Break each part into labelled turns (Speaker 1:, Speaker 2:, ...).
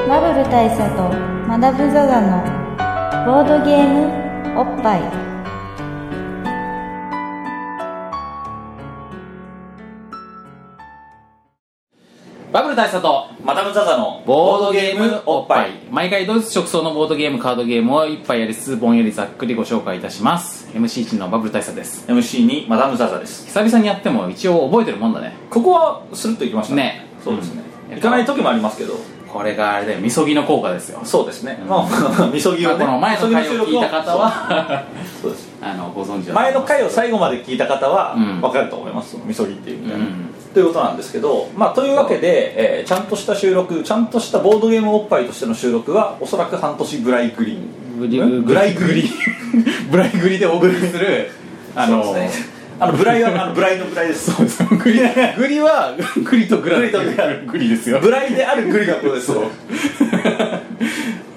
Speaker 1: 大佐とマダム・ザ・ザのボードゲームおっぱい
Speaker 2: バブル大佐と
Speaker 3: マダム・ザ・ザの
Speaker 2: ボードゲームおっぱい毎回ドイツ直送のボードゲームカードゲームを一杯やりつつぼんやりざっくりご紹介いたします MC1 のバブル大佐です
Speaker 3: MC にマダム・ザ・ザです
Speaker 2: 久々にやっても一応覚えてるもんだね
Speaker 3: ここはスルッといきました
Speaker 2: ね
Speaker 3: そうですね、
Speaker 2: うん
Speaker 3: 行かない時もありますけど
Speaker 2: これがあれだよみそぎの効果ですよ
Speaker 3: そうですね、まあみそぎ
Speaker 2: まあ
Speaker 3: をね
Speaker 2: この前の回を聞いた方
Speaker 3: そう
Speaker 2: は
Speaker 3: そうです
Speaker 2: あのご存知だと思います
Speaker 3: 前の回を最後まで聞いた方は
Speaker 2: うん
Speaker 3: 分かると思います、みそぎっていうみたいな、
Speaker 2: うん
Speaker 3: ということなんですけど、まあ、というわけで、えーちゃんとした収録ちゃんとしたボードゲームおっぱいとしての収録はおそらく半年ぐらいグリーン
Speaker 2: グリ
Speaker 3: ん
Speaker 2: グ
Speaker 3: ぐ
Speaker 2: ラ
Speaker 3: ら
Speaker 2: イ
Speaker 3: い
Speaker 2: グ
Speaker 3: グ
Speaker 2: リ
Speaker 3: リ
Speaker 2: ブライグリでお送り するあ の
Speaker 3: そうですねあのブライはあのブライのブライです
Speaker 2: そうですグリグリはグリとグラ
Speaker 3: グリとグラ
Speaker 2: グリですよ
Speaker 3: ブライであるグリがこうですよ
Speaker 2: っ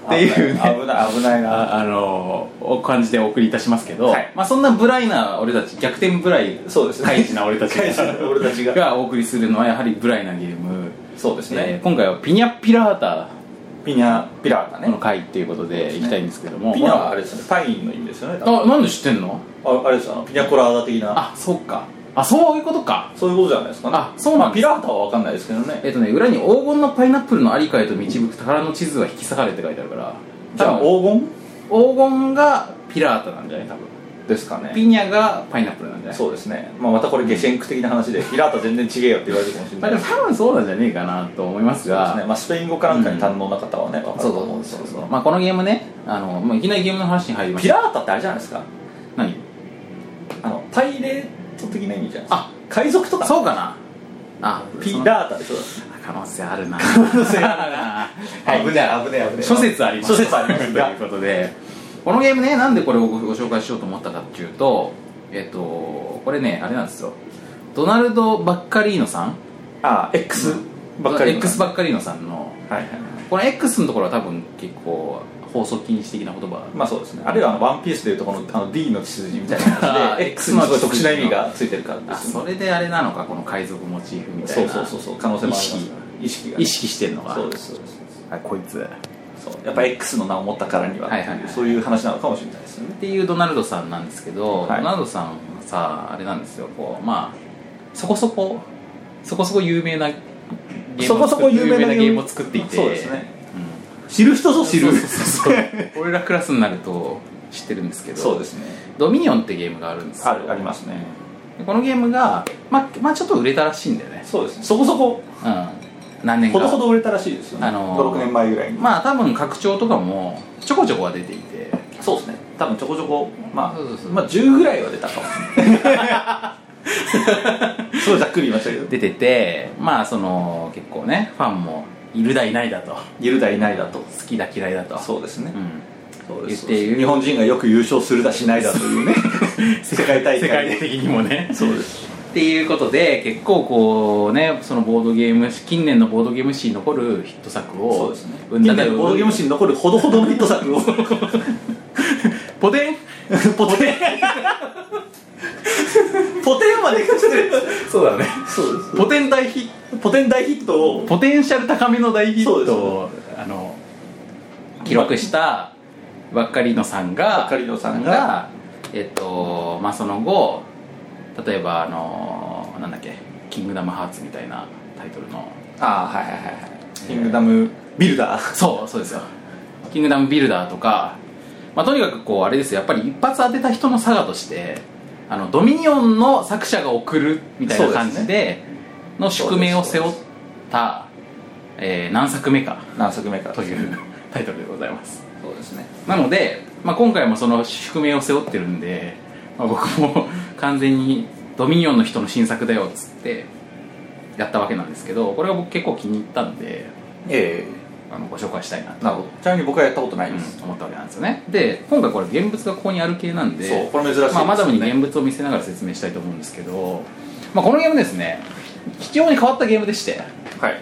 Speaker 2: ていうね
Speaker 3: 危ない危ないな
Speaker 2: ああのを感じでお送りいたしますけど、
Speaker 3: はい
Speaker 2: まあ、そんなブライな俺たち逆転ブライ
Speaker 3: そうですね
Speaker 2: 怪事な俺たち
Speaker 3: 怪事な 俺たちが
Speaker 2: がお送りするのはやはりブライなゲーム、
Speaker 3: そうです
Speaker 2: えー
Speaker 3: ね、
Speaker 2: 今回はピニャピラータ
Speaker 3: ピニャピラータ
Speaker 2: の
Speaker 3: ね
Speaker 2: 回っていうことでいきたいんですけども
Speaker 3: ピニャはあれですねパインの意味ですよね多分
Speaker 2: あなんで知ってんの
Speaker 3: ああれですよあのピニャコラーダ的な
Speaker 2: あそうかあそういうことか
Speaker 3: そういうことじゃないですかね
Speaker 2: あそうなん
Speaker 3: まあ
Speaker 2: で
Speaker 3: ピ
Speaker 2: す
Speaker 3: ラータは分かんないですけどね
Speaker 2: えっとね裏に黄金のパイナップルのありかへと導く宝の地図は引き裂かれって書いてあるから
Speaker 3: じゃあ
Speaker 2: 多分
Speaker 3: 黄
Speaker 2: 黄金がピラータなんじゃない多分
Speaker 3: 金ですかね
Speaker 2: ピニャがパイナップルなんじゃない
Speaker 3: そうですね、まあ、またこれ下シンク的な話でピラータ全然違えよって言われるかもしれ
Speaker 2: ま
Speaker 3: な
Speaker 2: あ
Speaker 3: い
Speaker 2: で
Speaker 3: で
Speaker 2: も
Speaker 3: す
Speaker 2: 多分そうなんじゃねえかなと思います
Speaker 3: そうで
Speaker 2: が
Speaker 3: すね、まあ、スペイン語かなんかに堪能な方はね、分かる
Speaker 2: そう
Speaker 3: と
Speaker 2: そう
Speaker 3: 思うんです
Speaker 2: そ
Speaker 3: け
Speaker 2: う
Speaker 3: ど
Speaker 2: そうまあこのゲームねあのもういきなりゲームの話に入りまし
Speaker 3: ピ
Speaker 2: た
Speaker 3: ラータってあれじゃないですか
Speaker 2: 何
Speaker 3: あのパイレート的な意味じゃないですか
Speaker 2: あ
Speaker 3: 海賊とか
Speaker 2: そうかなあ
Speaker 3: ピ
Speaker 2: その
Speaker 3: ラータでしょ
Speaker 2: 可能性あるな可能性あるなはいじゃあ
Speaker 3: 危ねえ危ね
Speaker 2: 諸説あります
Speaker 3: 諸説ありま す
Speaker 2: ということでこのゲームねなんでこれをごご紹介しようと思ったかっていうとえっとこれねあれなんですよドナルド・バッカリーノさん
Speaker 3: あ X ばっかりの
Speaker 2: X バッカリーノさんの
Speaker 3: はいはいはい
Speaker 2: この X のところは多分結構放送禁止的な言葉
Speaker 3: まあそうですねあるいはあのワンピースでいうとこのあの D の血筋みたいな
Speaker 2: あ
Speaker 3: 感
Speaker 2: ー
Speaker 3: じで X のすごい特殊な意味がついてるからで
Speaker 2: あ
Speaker 3: すよ
Speaker 2: そ
Speaker 3: ね
Speaker 2: れであれなのかこの海賊モチーフみたい
Speaker 3: そう
Speaker 2: な
Speaker 3: そうそうそう可能性もありますから意識がね
Speaker 2: 意識してんのが
Speaker 3: そうですそうです
Speaker 2: あこいつっ
Speaker 3: そうやっぱ X の名を持ったからには
Speaker 2: はいはいはい
Speaker 3: そういう話なのかもしれないですよね
Speaker 2: ていうドナルドさんなんですけど、
Speaker 3: はい
Speaker 2: ドナルドさんはさあれなんですよこうまあそこそこそこそこ有名なゲームを作っ
Speaker 3: そこそこ有名な
Speaker 2: 有名なゲームを作っていて
Speaker 3: そうですね
Speaker 2: うん
Speaker 3: 知る人ぞ知る
Speaker 2: そうそうそうそう 俺らクラスになると知ってるんですけど
Speaker 3: そうですね
Speaker 2: ドミニオンってゲームがあるんですよ
Speaker 3: あるありますね
Speaker 2: でこのゲームが、まあ、まあちょっと売れたらしいんだよね
Speaker 3: そうですねそこそこ
Speaker 2: うん何年か
Speaker 3: ほどほど売れたらしいですよね
Speaker 2: あのー
Speaker 3: 56年前ぐらいに
Speaker 2: まあ多分拡張とかもちょこちょこは出ていて
Speaker 3: そうですね多分ちょこちょこまあ
Speaker 2: そうそうそう
Speaker 3: まあ10ぐらいは出たかも すごいざっくり言いましたけど
Speaker 2: 出ててまあその結構ねファンもいるだいないだと
Speaker 3: いるだいないだと
Speaker 2: 好きだ嫌いだと
Speaker 3: そうですね
Speaker 2: う、ん
Speaker 3: そう
Speaker 2: です
Speaker 3: 言っている日本人がよく優勝するだしないだと いうね世界大会
Speaker 2: 世界的にもね
Speaker 3: そうです
Speaker 2: っていうことで結構こうねそのボードゲーム近年のボードゲーム史に残るヒット作を
Speaker 3: そうですね
Speaker 2: 生んだ
Speaker 3: 近
Speaker 2: とい
Speaker 3: 年
Speaker 2: う
Speaker 3: のボードゲーム史に残るほどほどのヒット作を
Speaker 2: ポテン
Speaker 3: ポテンポテンまでいかしてる
Speaker 2: そうだね
Speaker 3: そうです
Speaker 2: ポテン大ヒッ
Speaker 3: ポテン大ヒットを
Speaker 2: トポテンシャル高めの大ヒッ
Speaker 3: そうです
Speaker 2: トをあの記録したばっかりのさんが
Speaker 3: ばっかりのさんが
Speaker 2: えっとまあその後例えばあのなんだっけ「キングダムハーツ」みたいなタイトルの
Speaker 3: ああはいはいはいはいキングダムビルダー
Speaker 2: そうそうですよ「キングダムビルダー」とか、まあ、とにかくこうあれですよやっぱり一発当てた人の佐賀としてあのドミニオンの作者が送るみたいな感
Speaker 3: そ
Speaker 2: じ
Speaker 3: う
Speaker 2: での宿命を背負っ
Speaker 3: そうで
Speaker 2: た、えー何作目か
Speaker 3: 何作目か
Speaker 2: というタイトルでございます
Speaker 3: そうですね
Speaker 2: なので、まあ、今回もその宿命を背負ってるんで、まあ、僕も完全にドミニオンの人の新作だよっつってやったわけなんですけどこれは僕結構気に入ったんで
Speaker 3: え
Speaker 2: あのご紹介したいな
Speaker 3: えなるほどちなみに僕はやったことないです、
Speaker 2: うん思ったわけなんですよねで今回これ現物がここにある系なんで
Speaker 3: そうこれ珍しいですよね
Speaker 2: まあ、マダムに現物を見せながら説明したいと思うんですけど、まあ、このゲームですね非常に変わったゲームでして
Speaker 3: はい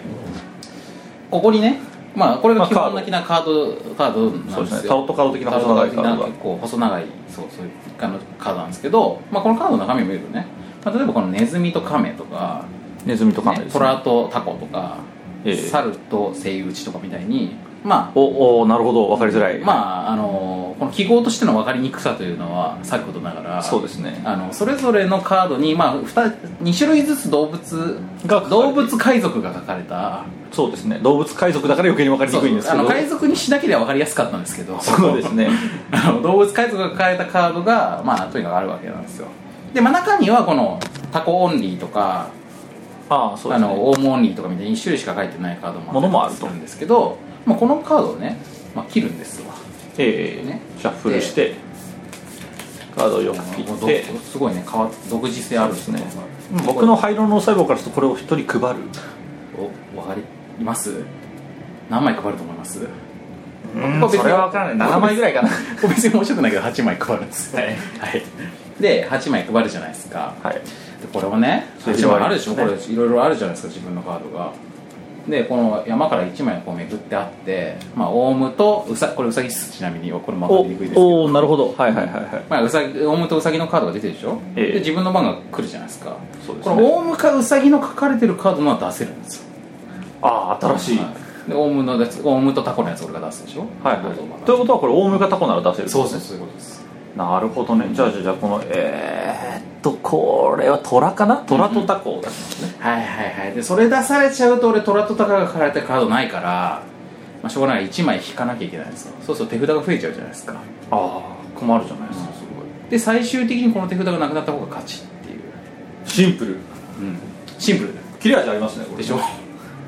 Speaker 2: ここにねまあこれが基
Speaker 3: まあカー
Speaker 2: 本
Speaker 3: ド
Speaker 2: 的なカードカードなんです
Speaker 3: そう
Speaker 2: よ
Speaker 3: ですねタロットカード的な細長いカードが
Speaker 2: タロット的な結構細長いそうそういうあのカードなんですけど、まあ、このカードの中身を見るとね、まあ、例えばこのネズミとカメとか
Speaker 3: ネズミとカメです、
Speaker 2: トラとタコとか、
Speaker 3: ええ
Speaker 2: 猿とセイウチとかみたいにまあ
Speaker 3: おおなるほど分かりづらい
Speaker 2: まああのこの記号としての分かりにくさというのはさることながら
Speaker 3: そうですね
Speaker 2: あのそれぞれのカードに、まあ、2, 2種類ずつ動物
Speaker 3: が書かれて
Speaker 2: 動物海賊が書かれた
Speaker 3: そうですね動物海賊だから余計に分かりにくいんですけ
Speaker 2: あの
Speaker 3: ど
Speaker 2: 海賊にしなければ分かりやすかったんですけど
Speaker 3: そうです ね
Speaker 2: あの動物海賊が書かれたカードが、まあ、とにかくあるわけなんですよで、まあ、中にはこのタコオンリーとか、
Speaker 3: ああそう
Speaker 2: あ
Speaker 3: ですね
Speaker 2: のオウムオンリーとかみたいに1種類しか書いてないカードも
Speaker 3: ものもあると
Speaker 2: と思うんですけど、まあ、このカードをね、まあ、切るんですわ
Speaker 3: ええ
Speaker 2: ね
Speaker 3: シャッフルしてカードをよく切
Speaker 2: もう
Speaker 3: って
Speaker 2: どすごいね変わっ独自性あるんですね
Speaker 3: 僕の灰色の細胞からするとこれを一人配る
Speaker 2: お分かります何枚配ると思います
Speaker 3: うんそれは分からない7枚ぐらい かな
Speaker 2: これ別に面白くないけど8枚配るんです
Speaker 3: はい
Speaker 2: はいで8枚配るじゃないですか
Speaker 3: はい
Speaker 2: でこれをね
Speaker 3: そう
Speaker 2: 8枚あるでしょ、
Speaker 3: ね
Speaker 2: これいろいろあるじゃないですか自分のカードがでこの山から1枚こうめくってあってまあオウムとウサこれウサギですちなみにこれも分かりにくいですけど
Speaker 3: おおなるほどはいはいはいはい
Speaker 2: まあ、ウサギオウムとウサギのカードが出てるでしょ、
Speaker 3: ええ
Speaker 2: で自分の番が来るじゃないですか
Speaker 3: そうです
Speaker 2: こ
Speaker 3: ね
Speaker 2: のオウムかウサギの書かれてるカードのは出せるんですよ
Speaker 3: ああ新しい、は
Speaker 2: はいいでオウムのやつオウムとタコのやつ俺が出すでしょ
Speaker 3: はい
Speaker 2: どうぞまた
Speaker 3: ということはこれ大ムがタコなら出せる
Speaker 2: そうですねそういうことです
Speaker 3: なるほどねじゃあじゃあじゃあこのえー、っとこれは虎かな虎とタコだ、
Speaker 2: はいはいはいでそれ出されちゃうと俺トラとタカが書かれてるカードないから、まあ、しょうがない1枚引かなきゃいけないんですよそうすると手札が増えちゃうじゃないですか
Speaker 3: ああ困るじゃないですか、
Speaker 2: で最終的にこの手札がなくなった方が勝ちっていう、
Speaker 3: シンプル
Speaker 2: うん、シンプル
Speaker 3: 切れ味ありますねこれ
Speaker 2: でしょ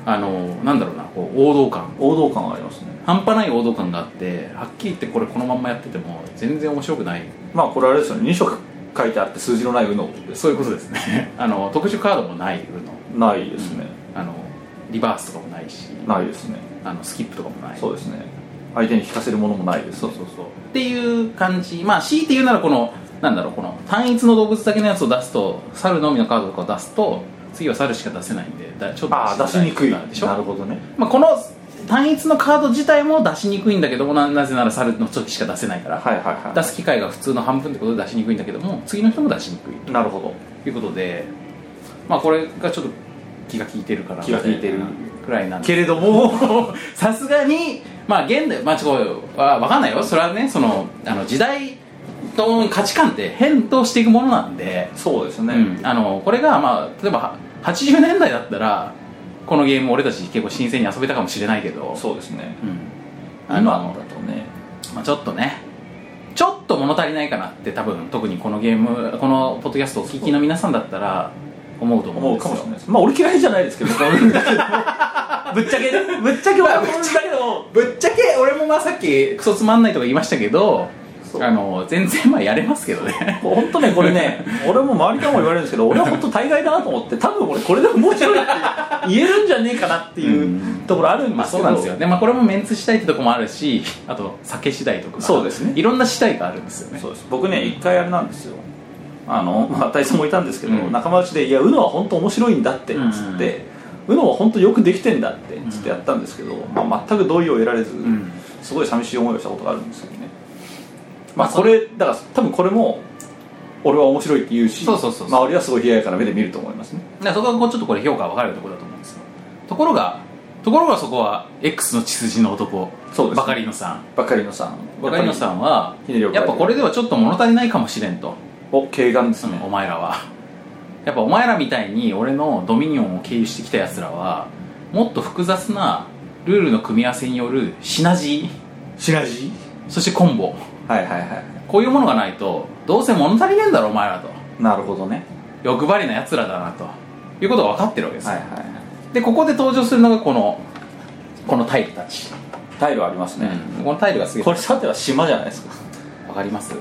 Speaker 2: あのなんだろうなこう王道感
Speaker 3: 王道感がありますね
Speaker 2: 半端ない王道感があってはっきり言ってこれこのまんまやってても全然面白くない
Speaker 3: まあこれあれですよね2色書いてあって数字のない UNO です
Speaker 2: そういうことですね あの特殊カードもないの
Speaker 3: ないですね、
Speaker 2: あのリバースとかもないし
Speaker 3: ないですね
Speaker 2: あのスキップとかもない
Speaker 3: そうですね相手に引かせるものもないです、
Speaker 2: そうそうそうっていう感じまあ強いて言うならこのなんだろうこの単一の動物だけのやつを出すと猿のみのカードとかを出すと次は猿しか出せないんでだちょっと
Speaker 3: ああ出しにくい
Speaker 2: なるでしょ
Speaker 3: なるほどね
Speaker 2: まあ、この単一のカード自体も出しにくいんだけどもななぜなら猿の時しか出せないから、
Speaker 3: はいはいはい
Speaker 2: 出す機会が普通の半分ってことで出しにくいんだけども次の人も出しにくい
Speaker 3: なるほど
Speaker 2: ということでまあこれがちょっと気が利いてるから
Speaker 3: 気が利いてる
Speaker 2: くらいなんで
Speaker 3: けれども
Speaker 2: さすがにまあ現代まあちょっとわわかんないよそれはねそのあの時代と価値観って変動していくものなんで、
Speaker 3: そうですね、
Speaker 2: うんあのこれがまあ例えばは80年代だったらこのゲーム俺たち結構新鮮に遊べたかもしれないけど
Speaker 3: そうですね
Speaker 2: うんあ
Speaker 3: 今
Speaker 2: の
Speaker 3: のだとね
Speaker 2: まあ、ちょっとねちょっと物足りないかなって多分特にこのゲームこのポッドキャストをお聞きの皆さんだったら思うと思う
Speaker 3: 思
Speaker 2: ん
Speaker 3: う
Speaker 2: で
Speaker 3: か
Speaker 2: す
Speaker 3: も
Speaker 2: よ
Speaker 3: しれないですまあ俺嫌いじゃないですけどぶっちゃけねぶっちゃけ俺はぶっちゃけでも
Speaker 2: ぶっちゃけ俺もまあさっきクソつまんないとか言いましたけど
Speaker 3: そう
Speaker 2: あの全然まあやれますけど ね
Speaker 3: 本当ねこれね俺も周りからも言われるんですけど俺は本当大概だなと思って多分俺これでも面白いって言えるんじゃねえかなっていうところあるん
Speaker 2: ま
Speaker 3: で
Speaker 2: あそ
Speaker 3: すけ
Speaker 2: う
Speaker 3: ど、
Speaker 2: なんですよね、まあ、これもメンツ次第ってとこもあるしあと酒次第とか
Speaker 3: そうですね
Speaker 2: いろんな次第があるんですよね
Speaker 3: そうです僕ね一回あれなんですよあのまあ大佐もいたんですけど、
Speaker 2: うん
Speaker 3: 仲間内で「いや UNO は本当面白いんだって」っつって「UNO は本当よくできてんだ」ってつってやったんですけど、まあ、全く同意を得られず、
Speaker 2: ん
Speaker 3: すごい寂しい思いをしたことがあるんですけどねまあこれだから多分これも俺は面白いって言うし
Speaker 2: そうそうそうそう
Speaker 3: 周りはすごい冷ややかな目で見ると思いますね
Speaker 2: だからそこがこうちょっとこれ評価が分かれるところだと思うんですよところがところがそこは X の血筋の男
Speaker 3: そうですね
Speaker 2: バカリノさん
Speaker 3: ばかりのさん
Speaker 2: バカリノ
Speaker 3: ん
Speaker 2: さんは
Speaker 3: ひねりを加
Speaker 2: や
Speaker 3: え
Speaker 2: ってぱこれではちょっと物足りないかもしれんと、
Speaker 3: お軽眼ですね、
Speaker 2: お前らはやっぱお前らみたいに俺のドミニオンを経由してきたやつらはもっと複雑なルールの組み合わせによるシナジー
Speaker 3: シナジ
Speaker 2: そしてコンボ
Speaker 3: ーはいはいはい
Speaker 2: こういうものがないとどうせ物足りねえんだろお前らと
Speaker 3: なるほどね
Speaker 2: 欲張りなやつらだなということが分かってるわけですよ、
Speaker 3: はいはいはい
Speaker 2: でここで登場するのがこのこのタイルたち、
Speaker 3: タイルありますね、
Speaker 2: このタイルがすげえ
Speaker 3: これさては島じゃないですか
Speaker 2: わかります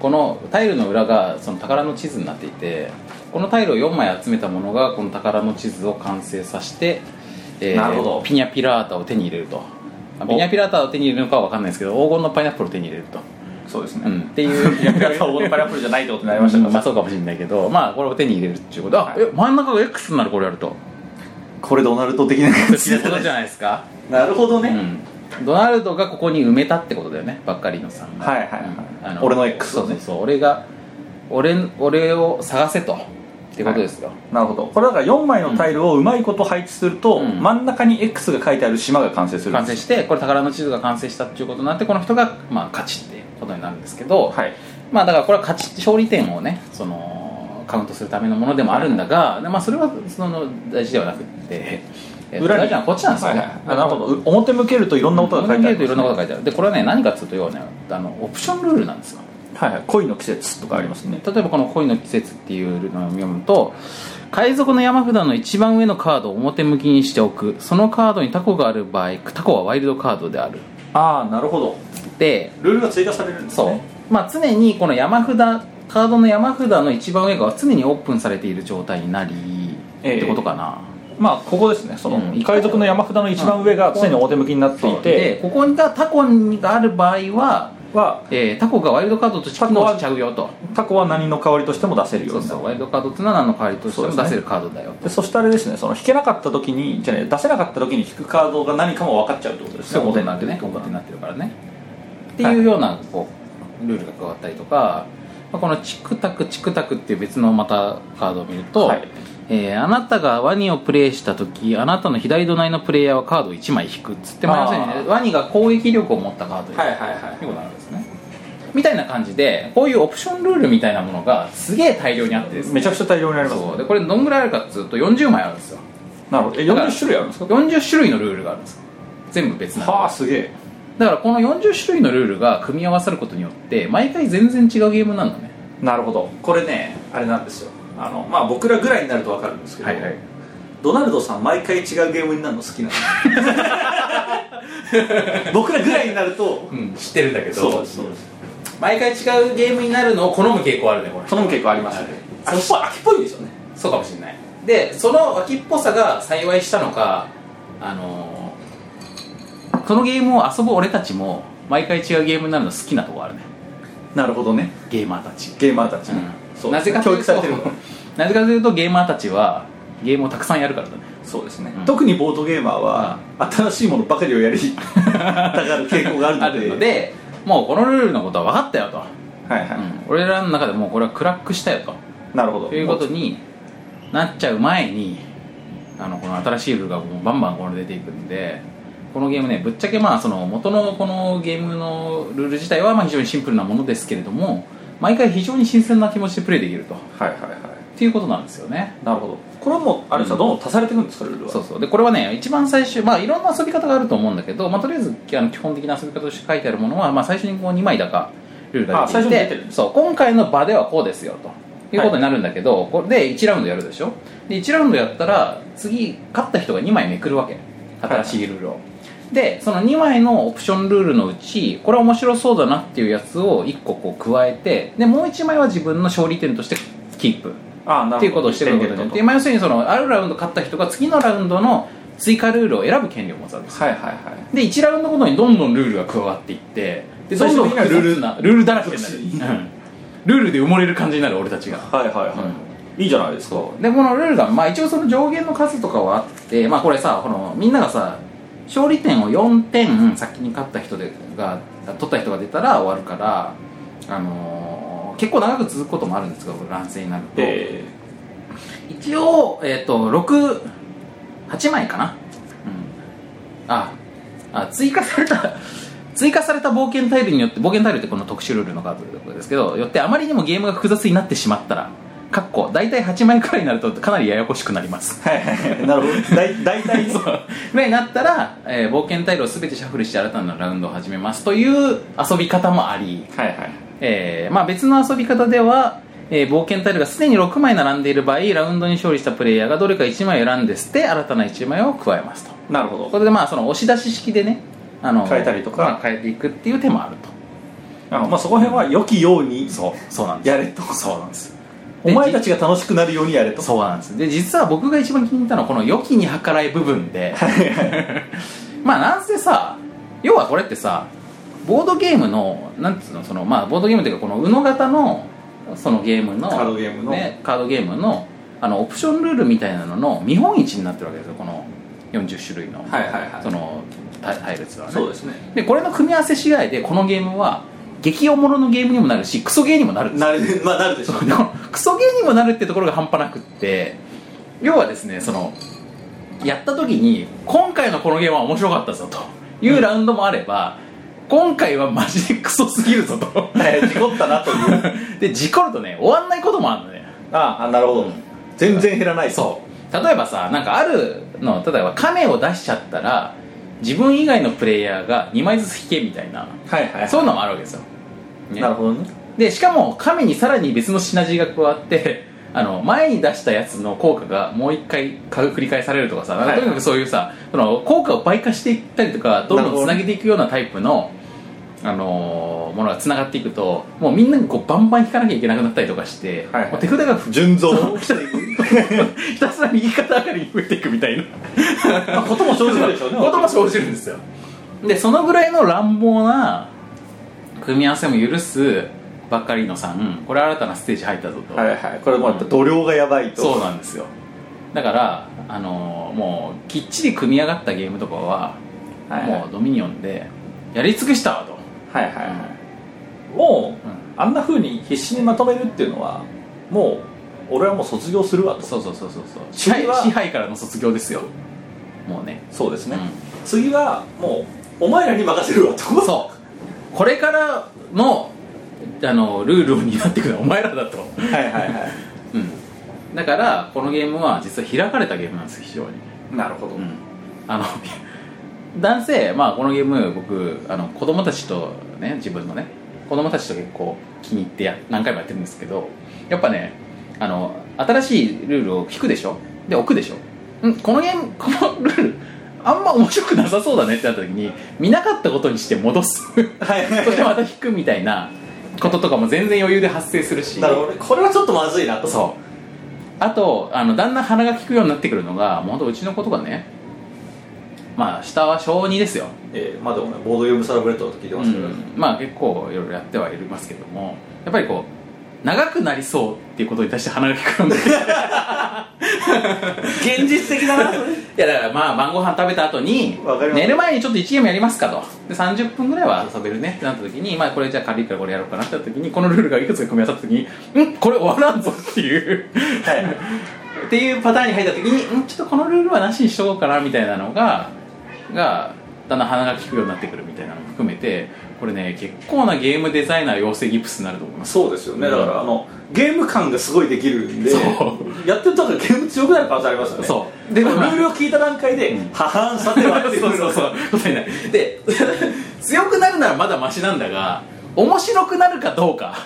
Speaker 2: このタイルの裏がその宝の地図になっていてこのタイルを4枚集めたものがこの宝の地図を完成させて、え
Speaker 3: なるほど
Speaker 2: ピニャピラータを手に入れるとあピニャピラータを手に入れるのかは分かんないですけど黄金のパイナップルを手に入れると、
Speaker 3: そうです
Speaker 2: うん、っていう
Speaker 3: ピラピラとオールパイナップルじゃないってことになりました
Speaker 2: まあ
Speaker 3: か
Speaker 2: そうかもしれないけどまあこれを手に入れるっていうことあえ真ん中が X になるこれやる と
Speaker 3: らこれドナルド的な感
Speaker 2: って ことじゃないですか、
Speaker 3: なるほど
Speaker 2: う
Speaker 3: ね、
Speaker 2: ん、ドナルドがここに埋めたってことだよねばっかりのさんが
Speaker 3: はいはいはい、俺の X を
Speaker 2: そう
Speaker 3: ね
Speaker 2: そうそう俺が俺俺を探せとってことですよ、
Speaker 3: なるほどこれだから4枚のタイルをうまいこと配置すると、
Speaker 2: うん
Speaker 3: 真ん中に X が書いてある島が完成するんで
Speaker 2: 完
Speaker 3: す
Speaker 2: 成してこれ宝の地図が完成したっていうことになってこの人がまあ勝ちってことになるんですけど、
Speaker 3: はい
Speaker 2: まあだからこれは勝ち勝利点をねそのカウントするためのものでもあるんだが、でまあ、それはその大事ではなくって、えっと
Speaker 3: 裏に
Speaker 2: 大事なのはこっちなんですよね、
Speaker 3: はいはいあなるほどう表向けるといろんなことが書いてある
Speaker 2: いろんなことが書いてあるでこれはね何かっていうと要はねあのオプションルールなんですよ
Speaker 3: はいはい恋の季節とかありますね
Speaker 2: 例えばこの「恋の季節」っていうのを読むと海賊の山札の一番上のカードを表向きにしておくそのカードにタコがある場合タコはワイルドカードである
Speaker 3: ああなるほど
Speaker 2: で
Speaker 3: ルールが追加されるんです
Speaker 2: そう、
Speaker 3: ね
Speaker 2: まあ常にこの山札カードの山札の一番上が常にオープンされている状態になり、
Speaker 3: ええ
Speaker 2: ってことかな
Speaker 3: まあここですねその、
Speaker 2: うん
Speaker 3: 海賊の山札の一番上が常に表向きになっていて、
Speaker 2: でここにがタコがある場合は、
Speaker 3: は
Speaker 2: えータコがワイルドカードとして機能しちゃうよと
Speaker 3: タコは何の代わりとしても出せるよ
Speaker 2: そう
Speaker 3: うにな
Speaker 2: そう
Speaker 3: る
Speaker 2: ワイルドカードっていうのは何の代わりとしても出せるカードだよと
Speaker 3: でそしてあれですねその引けなかった時にじゃあね出せなかった時に引くカードが何かも分かっちゃうってことですね
Speaker 2: そういうことになって
Speaker 3: 表
Speaker 2: ね
Speaker 3: 向き
Speaker 2: 表になってるからねって
Speaker 3: はい
Speaker 2: いうようなこうルールが加わったりとかまあこのチクタクチクタクっていう別のまたカードを見ると、
Speaker 3: はい
Speaker 2: えーあなたがワニをプレイした時あなたの左隣のプレイヤーはカードを1枚引くっつってまあ要するに
Speaker 3: あ
Speaker 2: ね
Speaker 3: ー
Speaker 2: ワニが攻撃力を持ったカードを引く
Speaker 3: はいはいはい
Speaker 2: ということなんですねみたいな感じでこういうオプションルールみたいなものがすげえ大量にあってですね
Speaker 3: めちゃくちゃ大量にあります
Speaker 2: そうでこれどんぐらいあるかっつうと40枚あるんですよ
Speaker 3: なるほどえ
Speaker 2: だから
Speaker 3: 40種類あるんですか
Speaker 2: 40種類のルールがあるんですよ全部別なんで
Speaker 3: はあすげえ
Speaker 2: だからこの40種類のルールが組み合わさることによって毎回全然違うゲームなんだね
Speaker 3: なるほどこれねあれなんですよあのまあ僕らぐらいになると分かるんですけど、ドナルドさん毎回違うゲームになるの好きなん ですよ僕らぐらいになると
Speaker 2: うん、知ってるんだけ
Speaker 3: そうそう
Speaker 2: 毎回違うゲームになるのを好む傾向あるねこれ
Speaker 3: その結構ありますね
Speaker 2: はい
Speaker 3: 秋っぽい秋っぽいですよね
Speaker 2: そうかもしれないでその脇っぽさが幸いしたのかあのーそのゲームを遊ぶ俺たちも毎回違うゲームになるの好きなとこあるね
Speaker 3: なるほどね
Speaker 2: ゲーマーたち、
Speaker 3: ゲーマーたち、
Speaker 2: そうなぜかというと なぜかというとゲーマーたちはゲームをたくさんやるからだね
Speaker 3: そうですね、
Speaker 2: うん
Speaker 3: 特にボードゲーマーは、新しいものばかりをやりたがる傾向があるの
Speaker 2: あ
Speaker 3: で
Speaker 2: るのでもうこのルールのことは分かったよと
Speaker 3: はいはい、
Speaker 2: うん俺らの中でもうこれはクラックしたよ
Speaker 3: なるほど
Speaker 2: ということになっちゃう前にあのこの新しいルールがもうバンバンこれ出ていくんでこのゲームねぶっちゃけまあその元のこのゲームのルール自体はまあ非常にシンプルなものですけれども毎回非常に新鮮な気持ちでプレイできるとっ
Speaker 3: はいはいはい
Speaker 2: ていうことなんですよね
Speaker 3: なるほどこれはもうあれですか、
Speaker 2: うん
Speaker 3: どんどん足されていくんですかルールは
Speaker 2: そうそうでこれはね一番最初まあいろんな遊び方があると思うんだけど、まあ、とりあえずあの基本的な遊び方として書いてあるものは、まあ、最初にこう2枚だかルールが出てい
Speaker 3: あ最初に出て
Speaker 2: て
Speaker 3: る
Speaker 2: そう今回の場ではこうですよということになるんだけど、これで1ラウンドやるでしょで1ラウンドやったら次勝った人が2枚めくるわけ新しいルールを、でその2枚のオプションルールのうちこれ面白そうだなっていうやつを1個こう加えてでもう1枚は自分の勝利点としてキープ
Speaker 3: ああなるほど
Speaker 2: っていうことをしてることによって、まあ、要するにそのあるラウンド勝った人が次のラウンドの追加ルールを選ぶ権利を持つわけです
Speaker 3: はいはいはい
Speaker 2: で1ラウンドごとにどんどんルールが加わっていってでどんどん
Speaker 3: 最終的にはルール
Speaker 2: 複雑なルールだらけになる、うんルールで埋もれる感じになる俺たちが
Speaker 3: はいはいはい、いいじゃないですか
Speaker 2: そうでこのルールが、まあ、一応その上限の数とかはあって、まあ、これさこのみんながさ勝利点を4点先に勝った人でが取った人が出たら終わるから、あのー結構長く続くこともあるんですがこれ乱戦になると、
Speaker 3: え
Speaker 2: 一応、えっと68枚かな、うん、ああ追加された 追加された冒険タイルによって冒険タイルってこの特殊ルールのカードですけどよってあまりにもゲームが複雑になってしまったらかっこ大体8枚くらいになるとかなりややこしくなります
Speaker 3: ー、はいはい はいなるほどだい大体 そう
Speaker 2: ぐらいになったら、えー冒険タイルを全てシャッフルして新たなラウンドを始めますという遊び方もあり
Speaker 3: はいはい
Speaker 2: えーまあ、別の遊び方では、えー冒険タイルがすでに6枚並んでいる場合ラウンドに勝利したプレイヤーがどれか1枚を選んで捨て新たな1枚を加えますと
Speaker 3: なるほど
Speaker 2: これでまあその押し出し式でねあの
Speaker 3: 変えたりとか
Speaker 2: まあ変えていくっていう手もあると
Speaker 3: あのまあそこら辺は良きように
Speaker 2: そうそうなんです
Speaker 3: やれと
Speaker 2: そうなんです
Speaker 3: お前た
Speaker 2: ち
Speaker 3: ちが楽しくなるようにやれと
Speaker 2: そうなんですで実は僕が一番気に入ったのはこの良きに計らい部分でまあなんせさ要はこれってさボードゲームのなんつうのそのまあボードゲームっていうかこの UNO 型のそのゲームの
Speaker 3: カードゲームの
Speaker 2: ね、カードゲームのあのオプションルールみたいなのの見本市になってるわけですよこの40種類の、
Speaker 3: はいはいはい
Speaker 2: そのタ配列はね
Speaker 3: そうですね
Speaker 2: でこれの組み合わせ次第でこのゲームは激おもろのゲームにもなるしクソゲーにもなるんですよ
Speaker 3: なるまあなるでしょうね
Speaker 2: でこのクソゲーににもなるってところが半端なくって要はですねそのやった時に今回のこのゲームは面白かったぞというラウンドもあれば、今回はマジでクソすぎるぞと
Speaker 3: はい事故ったなとい う
Speaker 2: で事故るとね終わんないこともあるのね
Speaker 3: ああなるほど全然減らない
Speaker 2: そう例えばさなんかあるの例えば亀を出しちゃったら自分以外のプレイヤーが2枚ずつ引けみたいな
Speaker 3: はいはい
Speaker 2: そういうのもあるわけですよ、ね
Speaker 3: なるほどね
Speaker 2: でしかも亀にさらに別のシナジーが加わって あの前に出したやつの効果がもう一回繰り返されるとかさ、なんか
Speaker 3: はい
Speaker 2: とにかくそういうさその効果を倍化していったりとかどん
Speaker 3: なる
Speaker 2: ど
Speaker 3: ほ
Speaker 2: ん
Speaker 3: ど
Speaker 2: つなげていくようなタイプの、あのーものがつながっていくともうみんなにこうバンバン引かなきゃいけなくなったりとかして、
Speaker 3: はいはい
Speaker 2: もう手札が
Speaker 3: 純 増してい
Speaker 2: ひたすら右肩上がりに増えていくみたいな
Speaker 3: くことも生じるでしょうね
Speaker 2: ことも生じるんですよでそのぐらいの乱暴な組み合わせも許すばっかりのさんこれ新たなステージ入ったぞと、
Speaker 3: はいはいこれもやっぱ度量がやばいと
Speaker 2: そうなんですよだからあのーもうきっちり組み上がったゲームとかは、
Speaker 3: はいはい
Speaker 2: もうドミニオンでやり尽くしたわと、
Speaker 3: はいはいはい
Speaker 2: う
Speaker 3: もう、
Speaker 2: ん
Speaker 3: あんなふうに必死にまとめるっていうのはもう俺はもう卒業するわと
Speaker 2: そうそうそうそうそう支配
Speaker 3: 次は
Speaker 2: 支配からの卒業ですよもうね
Speaker 3: そうですね、
Speaker 2: うん
Speaker 3: 次はもうお前らに任せるわと
Speaker 2: そうこれからのあのルールを担っていくのはお前らだと
Speaker 3: うはいはいは
Speaker 2: うん、だからこのゲームは実は開かれたゲームなんです非常に、
Speaker 3: い なるほど、
Speaker 2: うん、あの 男性、まあ、このゲーム僕あの子供たちとね自分のね子供たちと結構気に入ってや何回もやってるんですけどやっぱねあの新しいルールを引くでしょで置くでしょ、うん、このゲーム このルールあんま面白くなさそうだねってなった時に見なかったことにして戻す
Speaker 3: はい
Speaker 2: そしてまた引くみたいなこととかも全然余裕で発生するし
Speaker 3: なるほどね これはちょっとまずいなと
Speaker 2: そうあとあのだんだん鼻が利くようになってくるのがもうほんとうちの子とかねまあ下は小2ですよ、
Speaker 3: えーまあでもねボードゲームサラブレッドだと聞いてますけど、
Speaker 2: うんまあ結構いろいろやってはいますけどもやっぱりこう長くなりそうっていうことに対して鼻が利くようになって
Speaker 3: 現実的だなそ
Speaker 2: い
Speaker 3: れ
Speaker 2: やだからまあ晩ご飯食べた後に
Speaker 3: わかります
Speaker 2: 寝る前にちょっと1ゲームやりますかとで30分ぐらいは遊べるねってなった時にまあこれじゃあ軽いからこれやろうかなってなった時にこのルールがいくつか組み合わさった時にんこれ終わらんぞっていう
Speaker 3: はいはい
Speaker 2: っていうパターンに入った時にんちょっとこのルールはなしにしとこうかなみたいなのががだんだん鼻が利くようになってくるみたいなのも含めてこれね結構なゲームデザイナー養成ギプスになると思います
Speaker 3: そうですよねだから、
Speaker 2: うん
Speaker 3: あのゲーム感がすごいできるんで
Speaker 2: そう
Speaker 3: やってるとからゲーム強くなる可能性ありますよね
Speaker 2: そう
Speaker 3: で
Speaker 2: で
Speaker 3: ル
Speaker 2: もまあ
Speaker 3: ールを聞いた段階で
Speaker 2: うん
Speaker 3: 「ははんさては」ってい う
Speaker 2: そうそうそう答えないで強くなるならまだマシなんだが面白くなるかどうか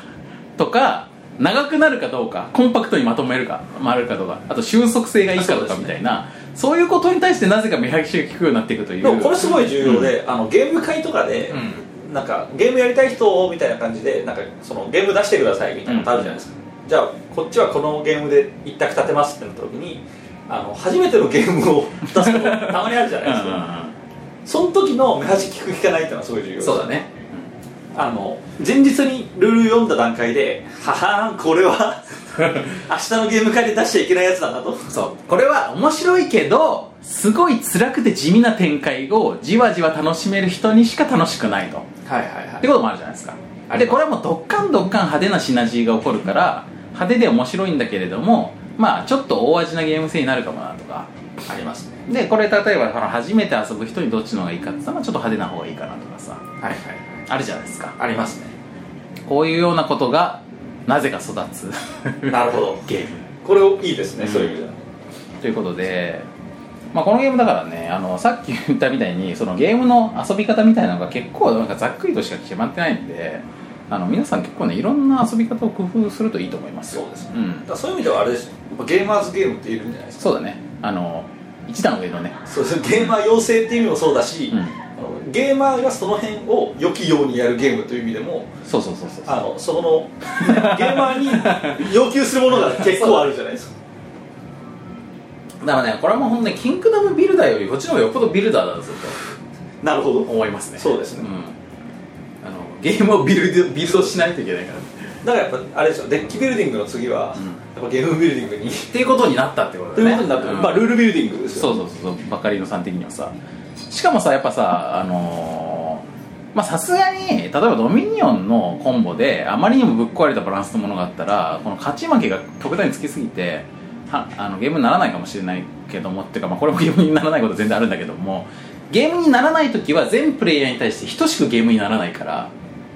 Speaker 2: とか長くなるかどうかコンパクトにまとめるか回るかとかあと収束性がいいかとかみたいなそう,、いうことに対してなぜか目配しが利くようになっていくという
Speaker 3: でもこれすごい重要で、あのゲーム会とかで、
Speaker 2: う
Speaker 3: なんかゲームやりたい人みたいな感じでなんかそのゲーム出してくださいみたいなのあるじゃないですか、じゃあこっちはこのゲームで一択立てますってなった時にあの初めてのゲームを 出すことたまにあるじゃないです
Speaker 2: うんうん
Speaker 3: か
Speaker 2: うん
Speaker 3: その時の目端聞く聞かないっていうのはすごい重要です
Speaker 2: そうだね
Speaker 3: あの前日にルール読んだ段階で「ははーんこれ は明日のゲーム会で出しちゃいけないやつだな」と
Speaker 2: そうこれは面白いけどすごい辛くて地味な展開をじわじわ楽しめる人にしか楽しくないとっ
Speaker 3: はいはいは
Speaker 2: てこともあるじゃないですか
Speaker 3: ありま
Speaker 2: で
Speaker 3: す
Speaker 2: これはもうドッカンドッカン派手なシナジーが起こるから派手で面白いんだけれどもまあちょっと大味なゲーム性になるかもなとか
Speaker 3: ありますね
Speaker 2: でこれ例えばその初めて遊ぶ人にどっちの方がいいかって言ったらちょっと派手な方がいいかなとかさ
Speaker 3: はいはい
Speaker 2: あるじゃないですか
Speaker 3: ありますね
Speaker 2: こういうようなことがなぜか育つ
Speaker 3: なるほど
Speaker 2: ゲーム
Speaker 3: これをいいですね、
Speaker 2: うん
Speaker 3: そういう意味では
Speaker 2: ということで、まあ、このゲームだからねあのさっき言ったみたいにそのゲームの遊び方みたいなのが結構なんかざっくりとしか決まってないんであの皆さん結構ねいろんな遊び方を工夫するといいと思いますよ
Speaker 3: そうですね
Speaker 2: ん
Speaker 3: だからそういう意味ではあれですねやっぱゲーマーズゲームっているんじゃないですか
Speaker 2: そうだねあの一段上のね、
Speaker 3: そうですねゲーマー養成っていう意味もそうだし、
Speaker 2: うん
Speaker 3: あのゲーマーがその辺を良きようにやるゲームという意味でも
Speaker 2: そうそうそうそう
Speaker 3: あのそ のゲーマーに要求するものが結構あるじゃないですか
Speaker 2: だからねこれはもうほんとねキングダムビルダーよりこっちの方がよっぽどビルダーだぞ
Speaker 3: なるほど
Speaker 2: と思いますね
Speaker 3: そうですね
Speaker 2: ん、あのゲームをビルドビルドしないといけないからっ
Speaker 3: だからやっぱあれですよデッキビルディングの次は、
Speaker 2: うん
Speaker 3: やっぱゲームビルディングに
Speaker 2: ていうことになったってこと
Speaker 3: と
Speaker 2: だ
Speaker 3: い
Speaker 2: ね
Speaker 3: うことになって、
Speaker 2: うん
Speaker 3: まあルールビルディングですよ
Speaker 2: そうそうそうそうバカリーノさん的にはさしかもさやっぱさあのーまあさすがに例えばドミニオンのコンボであまりにもぶっ壊れたバランスのものがあったらこの勝ち負けが極端につきすぎてはあのゲームにならないかもしれないけどもっていうか、まあ、これもゲームにならないことは全然あるんだけどもゲームにならない時は全プレイヤーに対して等しくゲームにならないから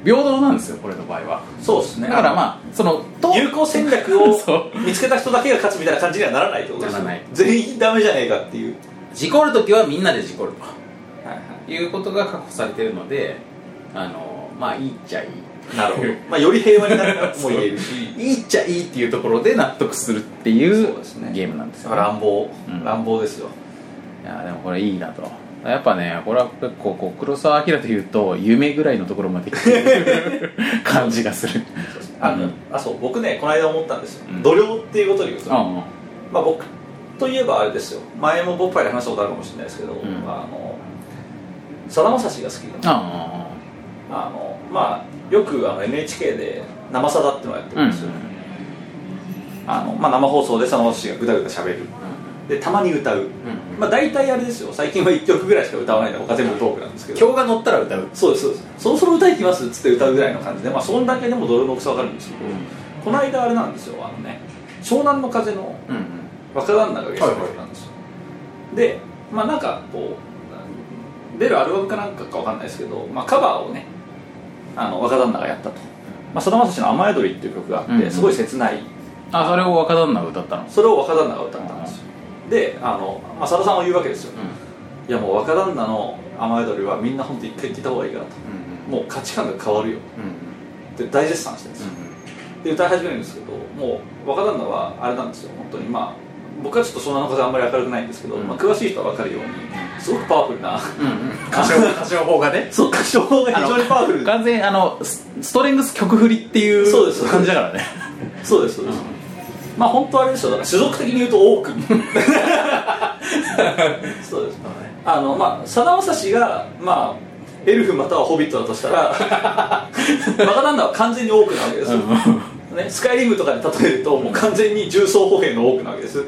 Speaker 2: 平等なんですよこれの場合は
Speaker 3: そうですね
Speaker 2: だからまあそのと
Speaker 3: 有効戦略 を
Speaker 2: そう
Speaker 3: 見つけた人だけが勝つみたいな感じにはならないってことですよ
Speaker 2: ならない
Speaker 3: 全員ダメじゃねえかっていう、
Speaker 2: 事故る時はみんなで事故る
Speaker 3: はいは
Speaker 2: ということが確保されてるのであのまあいいっちゃいい
Speaker 3: い、なるほど、まあ、より平和になるとも言えるし
Speaker 2: いいっちゃいいっていうところで納得するっていう
Speaker 3: そうですね
Speaker 2: ゲームなんですよ、
Speaker 3: 乱暴、
Speaker 2: うん
Speaker 3: 乱暴ですよ
Speaker 2: いやでもこれいいなとやっぱねこれは結構こう黒澤明というと夢ぐらいのところまで来てる 感じがする
Speaker 3: あ
Speaker 2: う
Speaker 3: の、
Speaker 2: ん
Speaker 3: あそう僕ねこの間思ったんですよ、
Speaker 2: うん
Speaker 3: 度量っていうことで言うと、
Speaker 2: うんうん
Speaker 3: まあ、僕といえばあれですよ前も僕から話したことあるかもしれないですけど、
Speaker 2: ん
Speaker 3: あのさだまさしが好きで
Speaker 2: あ
Speaker 3: あのまあよくあの NHK で「生さだ」ってのをやって
Speaker 2: あう
Speaker 3: る
Speaker 2: ん
Speaker 3: んですよ、あのまあ、生放送でさだまさしがぐだぐだしゃべるでたまに歌う、
Speaker 2: ん
Speaker 3: まあ、大体あれですよ最近は1曲ぐらいしか歌わないんで他全部トークなんですけど
Speaker 2: 今日が乗ったら歌う
Speaker 3: そうですそうですそろそろ歌いきますっつって歌うぐらいの感じでまあそんだけでも泥の大きさわかるんですけど、
Speaker 2: うん
Speaker 3: この間あれなんですよあのね湘南の風の
Speaker 2: うんうん
Speaker 3: 若旦那がゲストだったんですよ、でまあなんかこう出るアルバムかなんかかわかんないですけど、まあ、カバーをねあの若旦那がやったとまあさだまさしの「雨宿り」っていう曲があって、
Speaker 2: うんうん
Speaker 3: すごい切ない
Speaker 2: あそれを若旦那が歌ったの
Speaker 3: それを若旦那が歌ったんですよであの、まあ、さださんは言うわけですよ、いやもう若旦那の「雨宿り」はみんな本当一回聞いた方がいいからと
Speaker 2: うん
Speaker 3: もう価値観が変わるよ
Speaker 2: うんうん
Speaker 3: って大絶賛してるんですよ、で歌い始めるんですけどもう若旦那はあれなんですよ本当にまあ僕はちょっと湘南の風あんまり明るくないんですけど、
Speaker 2: うん
Speaker 3: まあ、詳しい人は分かるようにすごくパワフルな
Speaker 2: うんうんうん歌唱歌唱法がね
Speaker 3: そう歌唱が非常にパワフル
Speaker 2: 完全にあのスストレングス曲振りっていう
Speaker 3: そうです
Speaker 2: 感じだ からね
Speaker 3: そうですそうです、まあ本当あれですよだから種族的に言うと多く そうですあのまあさだまさしがまあエルフまたはホビットだとし たら若旦那は完全に多くなわけですよ、ね、スカイリングとかで例えるともう完全に重装歩兵の多くなわけです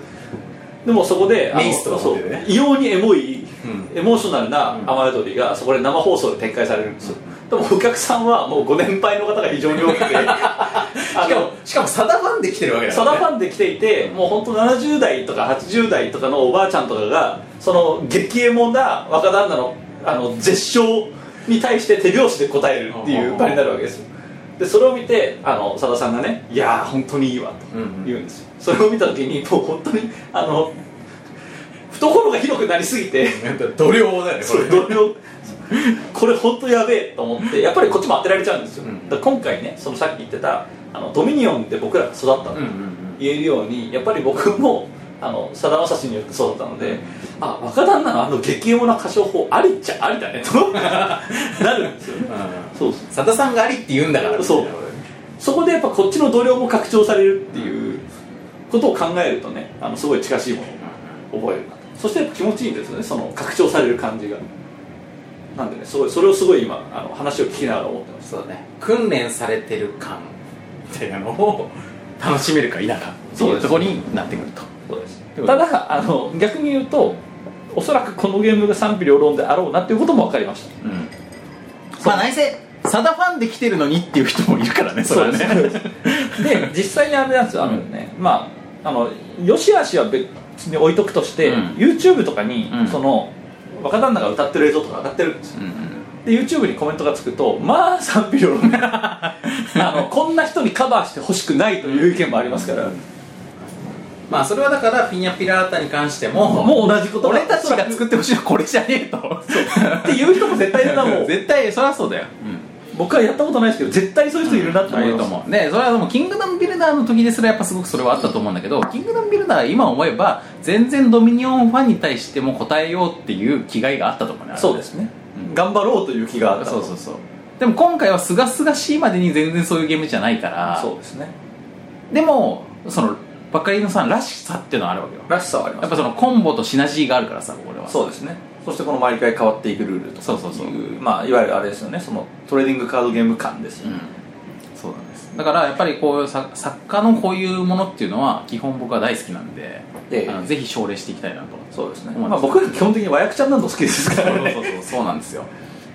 Speaker 3: でもそこであの
Speaker 2: メイスとか
Speaker 3: そ
Speaker 2: 持
Speaker 3: う
Speaker 2: ってね
Speaker 3: 異様にエモい、
Speaker 2: う
Speaker 3: エモーショナルな雨宿りがそこで生放送で展開されるんですよ、でもお客さんはもうご年配の方が非常に多く てあの
Speaker 2: しかもサダファンで来てるわけ
Speaker 3: サダファンで来ていてもう本当70代とか80代とかのおばあちゃんとかがその激エモな若旦那のあの絶唱に対して手拍子で答えるっていう場になるわけですよでそれを見てあのさださんがね「いやー本当にいいわ」と
Speaker 2: うんうん
Speaker 3: 言うんですよ、それを見た時にもう本当にあの懐が広くなりすぎて
Speaker 2: 度量だよね
Speaker 3: それ同僚これ本当やべえと思ってやっぱりこっちも当てられちゃうんですよ、
Speaker 2: うん
Speaker 3: だから今回ねそのさっき言ってたあのドミニオンで僕らが育ったの、
Speaker 2: うんうんうん
Speaker 3: 言えるようにやっぱり僕も あのさだまさしによってそうだったので、あ若旦那のあの激エモな歌唱法ありっちゃありだねと なるんですよねそうそう
Speaker 2: サダさんがありって言うんだから
Speaker 3: そうそこでやっぱこっちの度量も拡張されるっていうことを考えるとねあのすごい近しいものを覚えるなとそしてやっぱ気持ちいいんですよねその拡張される感じがなんでねすごいそれをすごい今あの話を聞きながら思ってます
Speaker 2: そうね訓練されてる感みたいなのを楽しめるか否かって
Speaker 3: そう
Speaker 2: い
Speaker 3: で
Speaker 2: う
Speaker 3: す
Speaker 2: ところになってくると
Speaker 3: そうです
Speaker 2: ということ
Speaker 3: た
Speaker 2: で
Speaker 3: だあの逆に言うとおそらくこのゲームが賛否両論であろうなっていうことも分かりました
Speaker 2: うんまあ内政サダファンで来てるのにっていう人もいるからねそれはね
Speaker 3: そうで すで実際にあれなんですよあのね、まああのよしあしは別に置いとくとして、
Speaker 2: うん
Speaker 3: YouTube とかに、
Speaker 2: うん
Speaker 3: その若旦那が歌ってる映像とか上がってるんですよ
Speaker 2: うんうん
Speaker 3: で YouTube にコメントがつくとまあ賛否両 論あのこんな人にカバーしてほしくないという意見もありますから、
Speaker 2: まあそれはだからピニャピラータに関しても
Speaker 3: もう同じこと
Speaker 2: 俺たちが作
Speaker 3: っ
Speaker 2: ってほしいのはこれじゃねえ と
Speaker 3: ていう人も絶対いるなもう
Speaker 2: 絶対そりゃそうだよ、
Speaker 3: 僕はやったことないですけど絶対そういう人いるなって思
Speaker 2: い
Speaker 3: い
Speaker 2: い
Speaker 3: ま
Speaker 2: と
Speaker 3: す、
Speaker 2: 思うでそれはでもキングダムビルダーの時ですらやっぱすごくそれはあったと思うんだけどキングダムビルダー今思えば全然ドミニオンファンに対しても答えようっていう気概があったと思うねあれ
Speaker 3: そうですね、
Speaker 2: うん
Speaker 3: 頑張ろうという気があった
Speaker 2: そうそうそうでも今回はすがすがしいまでに全然そういうゲームじゃないから
Speaker 3: そうですね
Speaker 2: でもそのバカリズムさんらしさっていうのはあるわけよ
Speaker 3: らしさはあり
Speaker 2: やっぱそのコンボとシナジーがあるからさこれは
Speaker 3: そうですねそしてこの毎回変わっていくルールとか
Speaker 2: そうそうそう
Speaker 3: いうまあいわゆるあれですよねそのトレーディングカードゲーム感ですよ
Speaker 2: う
Speaker 3: ね、
Speaker 2: んそうなんですだからやっぱりこういうさ作家のこういうものっていうのは基本僕は大好きなんで、
Speaker 3: ええ
Speaker 2: あのぜひ奨励していきたいなと
Speaker 3: そうですね
Speaker 2: うん
Speaker 3: まあ僕は基本的に和訳ちゃんなど好きですからね
Speaker 2: そうそうそうそうなんですよ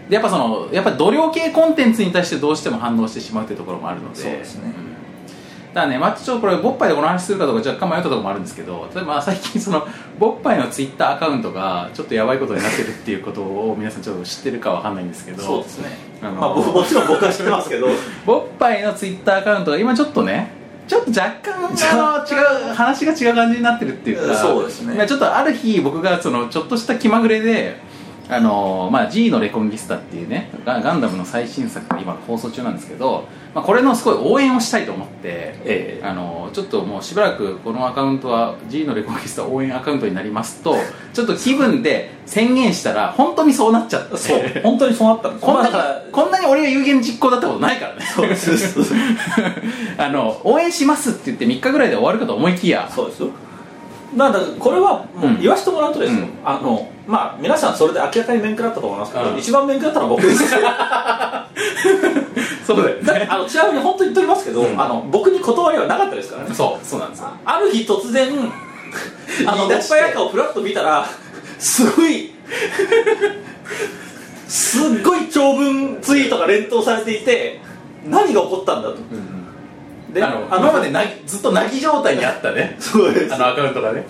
Speaker 2: でやっぱそのやっぱ度量系コンテンツに対してどうしても反応してしまうというところもあるので
Speaker 3: そうですね
Speaker 2: うんだからねまあちょっとこれボッパイでこの話するかどうか若干迷ったところもあるんですけど例えば最近そのボッパイのツイッターアカウントがちょっとやばいことになってるっていうことを皆さんちょっと知ってるかわかんないんですけど
Speaker 3: そうですね
Speaker 2: あの
Speaker 3: まあ僕もちろん僕は知ってますけど
Speaker 2: ボッパイのツイッターアカウントが今ちょっとねちょっと若干 あの違う話が違う感じになってるっていうか
Speaker 3: そうですね
Speaker 2: まあちょっとある日僕がそのちょっとした気まぐれであのまあ、G のレコンギスタっていうねガガンダムの最新作が今放送中なんですけど、まあ、これのすごい応援をしたいと思って
Speaker 3: え
Speaker 2: あのちょっともうしばらくこのアカウントは G のレコンギスタ応援アカウントになりますとちょっと気分で宣言したら本当にそうなっちゃって
Speaker 3: そう本当にそうなったんです
Speaker 2: こんな
Speaker 3: まあ
Speaker 2: にこんなに俺が有言実行だったことないからね
Speaker 3: そうですそうです
Speaker 2: あの応援しますって言って3日ぐらいで終わるかと思いきや
Speaker 3: そうですよなんだこれはもう
Speaker 2: うん
Speaker 3: 言わせてもらうとですよ、
Speaker 2: うん
Speaker 3: あのまあ皆さんそれで明らかに面食らったと思いますけど、
Speaker 2: うん
Speaker 3: 一番面食らったのは僕ですよ
Speaker 2: そうだよ
Speaker 3: だってあのちなみに本当に言っておりますけど、
Speaker 2: うん
Speaker 3: あの僕に断りはなかったですからね
Speaker 2: そうそうなんですよ
Speaker 3: ある日 突然あ
Speaker 2: 言
Speaker 3: のボ
Speaker 2: い出し
Speaker 3: ッ
Speaker 2: て
Speaker 3: パイアカをふらっと見たらすごいすっごい長文ツイートが連投されていて何が起こったんだとで
Speaker 2: あの今までなずっと泣き状態にあったね
Speaker 3: そうです
Speaker 2: あのアカウントがね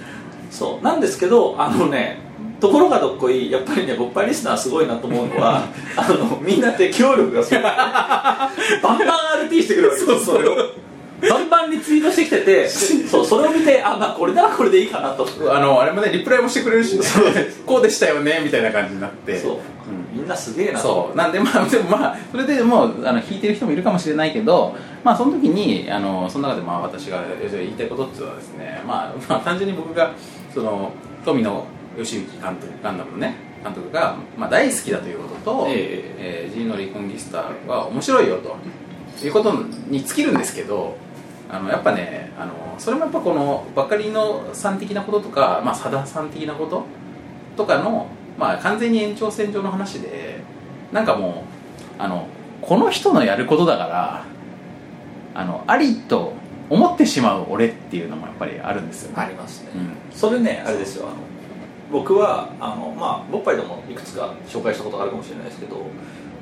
Speaker 3: そうなんですけどあのねところがどっこいいやっぱりね勃発リスナーすごいなと思う のはあのみんな適応力がすごいバンバン RT してくるわけですそうそれをバンバンリツイートしてきててそうそれを見てあまあこれならこれでいいかなと
Speaker 2: あのあれもねリプライもしてくれるし、ね、こうでしたよねみたいな感じになって
Speaker 3: そう、みんなすげえなと
Speaker 2: そうなんでまあでもまあそれでもうあの弾いてる人もいるかもしれないけどまあその時にあのその中でまあ私が要するに言いたいことっていうのはですねまあ、まあ、単純に僕がその富野義行監督ガンダムのね監督が、まあ、大好きだということと、
Speaker 3: え
Speaker 2: えージーノ・リコンギスタは面白いよということに尽きるんですけどあのやっぱねあのそれもやっぱこのバカリのさん的なこととか、まあ、サダさん的なこととかの、まあ、完全に延長線上の話でなんかもうあのこの人のやることだからあのありと思ってしまう俺っていうのもやっぱりあるんですよね、
Speaker 3: ありますね、
Speaker 2: うん
Speaker 3: それねあれですよあの僕はあのまあボッパイでもいくつか紹介したことがあるかもしれないですけど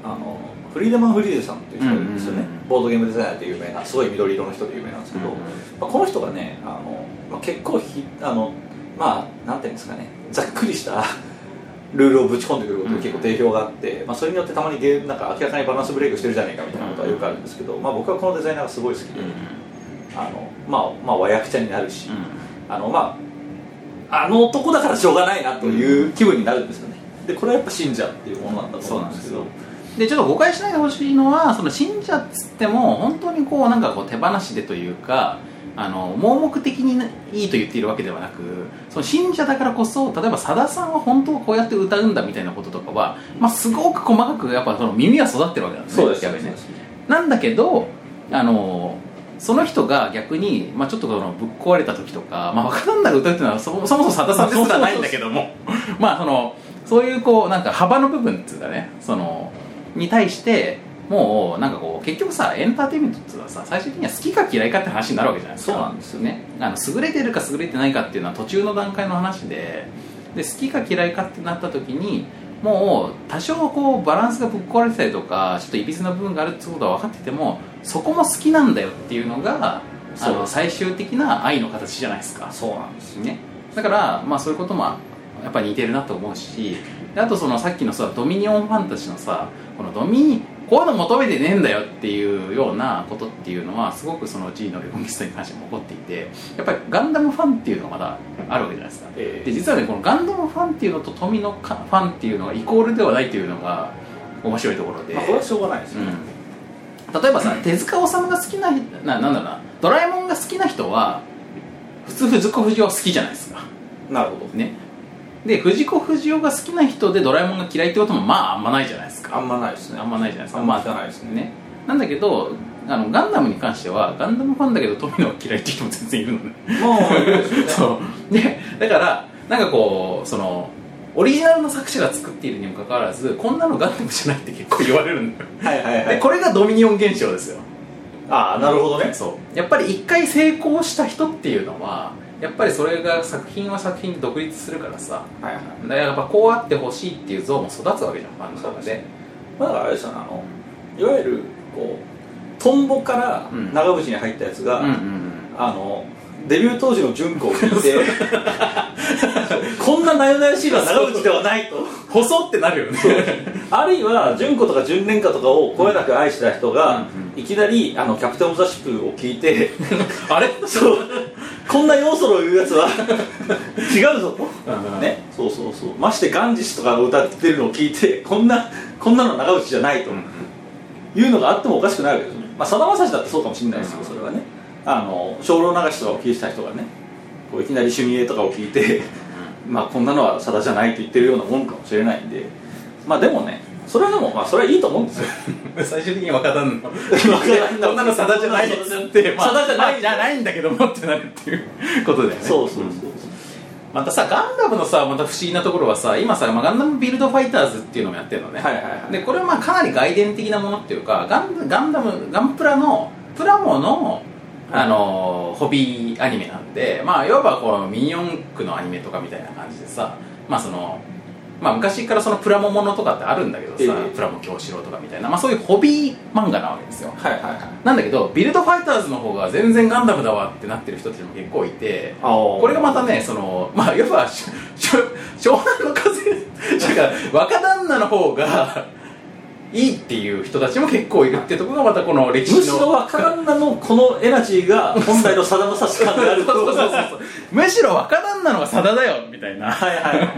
Speaker 3: あのフリーデマン・フリーゼさんっていう人がいるんですよね、
Speaker 2: うんうんうんうん
Speaker 3: ボードゲームデザイナーで有名なすごい緑色の人で有名なんですけど、
Speaker 2: うんうん
Speaker 3: まあ、この人がねあの、まあ、結構ひあのまあなんていうんですかねざっくりした ルールをぶち込んでくることに結構定評があって、まあ、それによってたまにゲームなんか明らかにバランスブレイクしてるじゃないかみたいなことはよくあるんですけど、まあ、僕はこのデザイナーがすごい好きで、あのまあ、まあ和訳者になるし、あのまああの男だからしょうがないなという気分になるんですよねでこれはやっぱ信者っていうものなんだと思うんですけど
Speaker 2: そうでちょっと誤解しないでほしいのはその信者っつっても本当にこうなんかこう手放しでというかあの盲目的にいいと言っているわけではなくその信者だからこそ例えばさださんは本当はこうやって歌うんだみたいなこととかは、まあ、すごく細かくやっぱその耳は育ってるわけなんですね逆にねなんだけどあのその人が逆に、まあ、ちょっとこのぶっ壊れた時とか、まあ、若旦那が歌うっていうのはそそもそもさださんですらないんだけどもまあそのそういうこうなんか幅の部分っていうかねそのに対してもうなんかこう結局さエンターテインメントっていうのはさ最終的には好きか嫌いかって話になるわけじゃないですか
Speaker 3: そうなんですよ
Speaker 2: ねあの優れてるか優れてないかっていうのは途中の段階の話でで好きか嫌いかってなった時にもう多少こうバランスがぶっ壊れてたりとかちょっといびつな部分があるってことは分かっててもそこも好きなんだよっていうのがあ
Speaker 3: そ
Speaker 2: の
Speaker 3: う
Speaker 2: 最終的な愛の形じゃないですか
Speaker 3: そうなんです
Speaker 2: ね、だから、まあ、そういうこともやっぱり似てるなと思うしであとそのさっきのさドミニオンファンタジーのさこのドミニこういうの求めてねえんだよっていうようなことっていうのはすごくその G のレコンギスタに関しても起こっていてやっぱりガンダムファンっていうのがまだあるわけじゃないですか
Speaker 3: え
Speaker 2: で実はねこのガンダムファンっていうのと富のかファンっていうのがイコールではないというのが面白いところで、
Speaker 3: まあ、これはしょうがないですよ、
Speaker 2: うん、例えばさ手塚治虫が好きなななんだろうなドラえもんが好きな人は普通藤子不二雄は好きじゃないですか
Speaker 3: なるほど
Speaker 2: ねで藤子不二雄が好きな人でドラえもんが嫌いってこともまああんまないじゃないです
Speaker 3: あ
Speaker 2: か
Speaker 3: んまないですね
Speaker 2: あんまないじゃないですか
Speaker 3: あんま聞かないですね,、
Speaker 2: ねなんだけどあのガンダムに関してはガンダムファンだけど富野は嫌いって人も全然いるのね
Speaker 3: もういいですよ ね
Speaker 2: そうでだからなんかこうそのオリジナルの作者が作っているにもかかわらずこんなのガンダムじゃないって結構言われるんだよ
Speaker 3: はいはい は
Speaker 2: で
Speaker 3: い
Speaker 2: これがドミニオン現象ですよ
Speaker 3: ああなるほどね
Speaker 2: そうやっぱり一回成功した人っていうのはやっぱりそれが作品は作品で独立するからさ
Speaker 3: はいはい
Speaker 2: だからやっぱこうあってほしいっていう像も育つわけじゃんファンの中で
Speaker 3: まあ、だからあれですよねあのいわゆるこうトンボから
Speaker 2: うん
Speaker 3: 長渕に入ったやつが、
Speaker 2: うんうん
Speaker 3: あのデビュー当時の純子を聞いてこんななよなよしいのは長渕ではないと
Speaker 2: 細ってなるよ ね
Speaker 3: あるいは純子とか純恋歌とかをこよなく愛してた人が、
Speaker 2: うん
Speaker 3: いきなりあのキャプテン・オブ・ザ・シップを聞いて
Speaker 2: あれ
Speaker 3: そうこんな要素の言うやつは違うぞと、
Speaker 2: うんうん
Speaker 3: ね、そうそうそうましてガンジスとかを歌ってるのを聞いてこんなこんなの長渕じゃないと、いうのがあってもおかしくないわけですよねまあさだまさしだってそうかもしれないですけどそれはねあの精霊流しとかを聴いてた人がねこういきなり「趣味絵」とかを聞いて まあこんなのはさだじゃないと言ってるようなもんかもしれないんでまあでもねそれはでもまあそれはいいと思うんですよ
Speaker 2: 最終的に若旦那
Speaker 3: こ
Speaker 2: こんなのさだじゃないですって、まあ、
Speaker 3: さだじゃない
Speaker 2: じゃないんだけどもってなるっていうことだよね
Speaker 3: そうそうそう
Speaker 2: またさガンダムのさまた不思議なところはさ今さ、まあ、ガンダムビルドファイターズっていうのもやってるのね、
Speaker 3: はいはいはい
Speaker 2: でこれはまあかなり外伝的なものっていうかガンガンダムガンプラのプラモのあのーホビーアニメなんでまあいわばこうミニ四駆のアニメとかみたいな感じでさまあそのまあ昔からそのプラモものとかってあるんだけどさ、
Speaker 3: ええ
Speaker 2: プラモ京志郎とかみたいな、まあ、そういうホビー漫画なわけですよ
Speaker 3: はいはいはい
Speaker 2: なんだけどビルドファイターズの方が全然ガンダムだわってなってる人たちも結構いて
Speaker 3: あー
Speaker 2: これがまたねそのまあ要はしょしょ湘南の風ていうか若旦那の方がいいっていう人たちも結構いるってところがまたこの歴史の
Speaker 3: むしろ若旦那のこのエナジーが本来のさだまさし感である と
Speaker 2: そうそうそうそうむしろ若旦那のがさだだよみたいな
Speaker 3: はいはい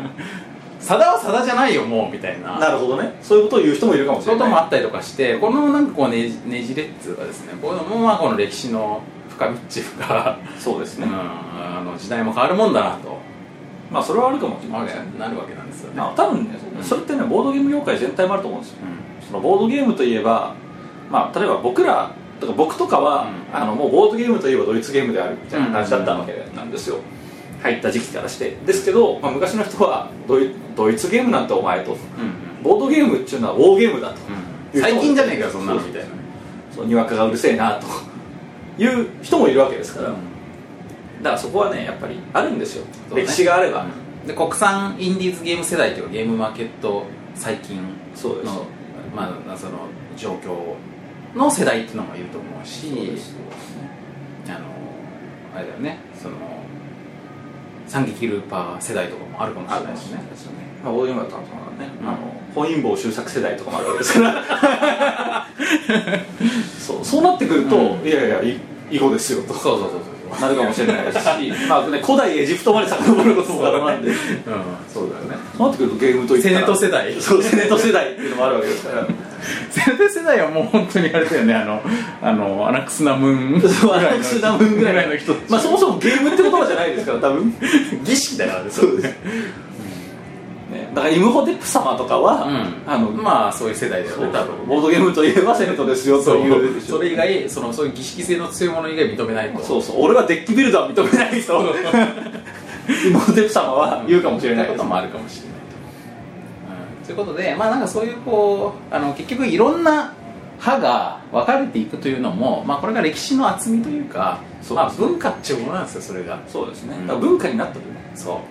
Speaker 2: さだはさだじゃないよもうみたいな
Speaker 3: なるほどねそういうことを言う人もいるかもし
Speaker 2: そうい
Speaker 3: れ
Speaker 2: うこ
Speaker 3: な
Speaker 2: とも
Speaker 3: い
Speaker 2: あったりとかしてこのなんかこうねじねじれっつうかですねこういうのもまあこの歴史の深みっちゅうか
Speaker 3: そうです
Speaker 2: う
Speaker 3: ね、
Speaker 2: んあの時代も変わるもんだなと
Speaker 3: まあそれはあるかもしれないですね
Speaker 2: なるわけなんですよね
Speaker 3: まあ、多分ね
Speaker 2: うん
Speaker 3: それってねボードゲーム業界全体もあると思うんですよそのボードゲームといえば、まあ、例えば僕らとか僕とかは、
Speaker 2: うん
Speaker 3: あのもうボードゲームといえばドイツゲームであるみたいな感じだったわけなんですよ、入った時期からしてですけど、まあ、昔の人はドイドイツゲームなんてお前と
Speaker 2: うん
Speaker 3: ボードゲームっていうのはウォーゲームだと
Speaker 2: うん最近じゃねえかよそんなのみたいな
Speaker 3: そのにわかがうるせえなという人もいるわけですから、だからそこはねやっぱりあるんですよ、
Speaker 2: そうね
Speaker 3: 歴史があれば、
Speaker 2: うんで国産インディーズゲーム世代というかゲームマーケット最近
Speaker 3: そうです
Speaker 2: のまあその状況の世代っていうのもいると思うし
Speaker 3: そうです
Speaker 2: あのあれだよねその三撃ルーパー世代とかもあるかもしれないしね
Speaker 3: まあ、ボードゲームだったのかなね、
Speaker 2: うん
Speaker 3: あの本因坊周作世代とかもあるわけですから そうそうなってくると、
Speaker 2: うん
Speaker 3: いやいやい囲碁ですよと
Speaker 2: そうそうそうそう
Speaker 3: なるかもしれないですし まあ、ね、古代エジプトまで遡ることも可能なんでそう
Speaker 2: そう、うん、そうだよね
Speaker 3: なってくるとゲームといった
Speaker 2: セ
Speaker 3: ら
Speaker 2: ネト世代
Speaker 3: そうセネト世代っていうのもあるわけですから
Speaker 2: 全然世代はもう本当にあれだよねあのあのアナクスナムーン
Speaker 3: そうアナクスナムーンぐらい
Speaker 2: の人たち
Speaker 3: まあそもそもゲームって言葉じゃないですから多分
Speaker 2: 儀式だからね
Speaker 3: そうです、ね、だからイムホテップ様とかは、
Speaker 2: うん
Speaker 3: あの
Speaker 2: まあそういう世代だよ
Speaker 3: そ
Speaker 2: ね
Speaker 3: う
Speaker 2: 多分
Speaker 3: ボードゲームといえばセネトですよ
Speaker 2: そ
Speaker 3: と
Speaker 2: う
Speaker 3: いう
Speaker 2: それ以外そのそういう儀式性の強いもの以外認めないと
Speaker 3: そうそう俺はデッキビルダー認めない と妹デプ様は言うかもしれない
Speaker 2: こ
Speaker 3: です
Speaker 2: ともあるかもしれないと、うん、ということでまあなんかそういうこうあの結局いろんな歯が分かれていくというのも、まあ、これが歴史の厚みというか
Speaker 3: そう
Speaker 2: まあ、文化っていうものなんですよそれが
Speaker 3: そうですね
Speaker 2: うん
Speaker 3: だから文化になったという
Speaker 2: そ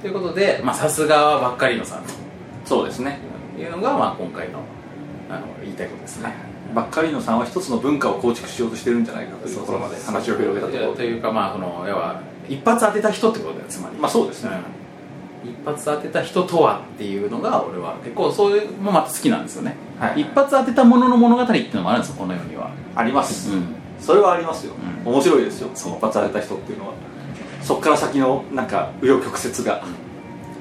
Speaker 2: うということでまあさすがばっかりのさんと
Speaker 3: そうですね
Speaker 2: いうのが、まあ、今回のあの言いたいことですね。
Speaker 3: ばっかりのさんは一つの文化を構築しようとしてるんじゃないかというところまで話を広げたところ
Speaker 2: というか、まあ、この要は一発当てた人ってことだよつまり、
Speaker 3: まあそうですね
Speaker 2: うん一発当てた人とはっていうのが俺は結構そういうのもまた好きなんですよね、
Speaker 3: はい
Speaker 2: 一発当てたものの物語っていうのもあるんですよこの世には、
Speaker 3: あります
Speaker 2: ん、
Speaker 3: それはありますよ
Speaker 2: うん
Speaker 3: 面白いですよ
Speaker 2: そう
Speaker 3: 一発された人っていうのはそっから先のなんか紆余曲折が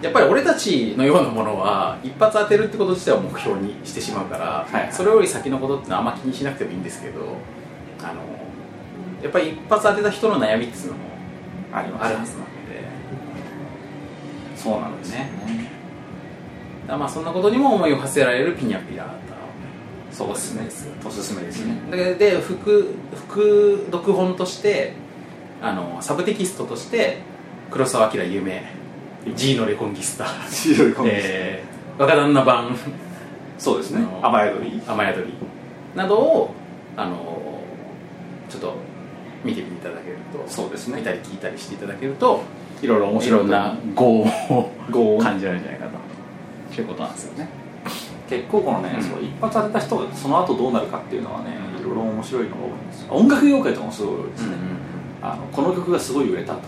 Speaker 2: やっぱり俺たちのようなものは一発当てるってこと自体を目標にしてしまうから、
Speaker 3: はい
Speaker 2: それより先のことってのはあんま気にしなくてもいいんですけどあのやっぱり一発当てた人の悩みっていうのも
Speaker 3: あり
Speaker 2: あるは
Speaker 3: ます
Speaker 2: ずなんで
Speaker 3: そうなんです
Speaker 2: ねだからまあそんなことにも思いを馳せられるピニャピラだったら
Speaker 3: そうですねおすすめですね
Speaker 2: でで副副読本としてあのサブテキストとして黒澤明有名 G のレコンギスタ、
Speaker 3: 白いコンビです
Speaker 2: えー、若旦那版
Speaker 3: そうですね
Speaker 2: あの
Speaker 3: 雨宿り
Speaker 2: 雨宿りなどをあのちょっと見てみていただけると
Speaker 3: そうですね
Speaker 2: 見たり聞いたりしていただけると
Speaker 3: いろいろ面
Speaker 2: い
Speaker 3: 白い
Speaker 2: ろんな業を
Speaker 3: 語を
Speaker 2: 感じられるんじゃないかとということなんですよね
Speaker 3: 結構このね、
Speaker 2: うん
Speaker 3: そう一発当てた人がその後どうなるかっていうのはね
Speaker 2: うん
Speaker 3: いろいろ面白いのが多いんですよ音楽業界とかもすごい多いで
Speaker 2: う
Speaker 3: す
Speaker 2: ん
Speaker 3: ね、あのこの曲がすごい売れたと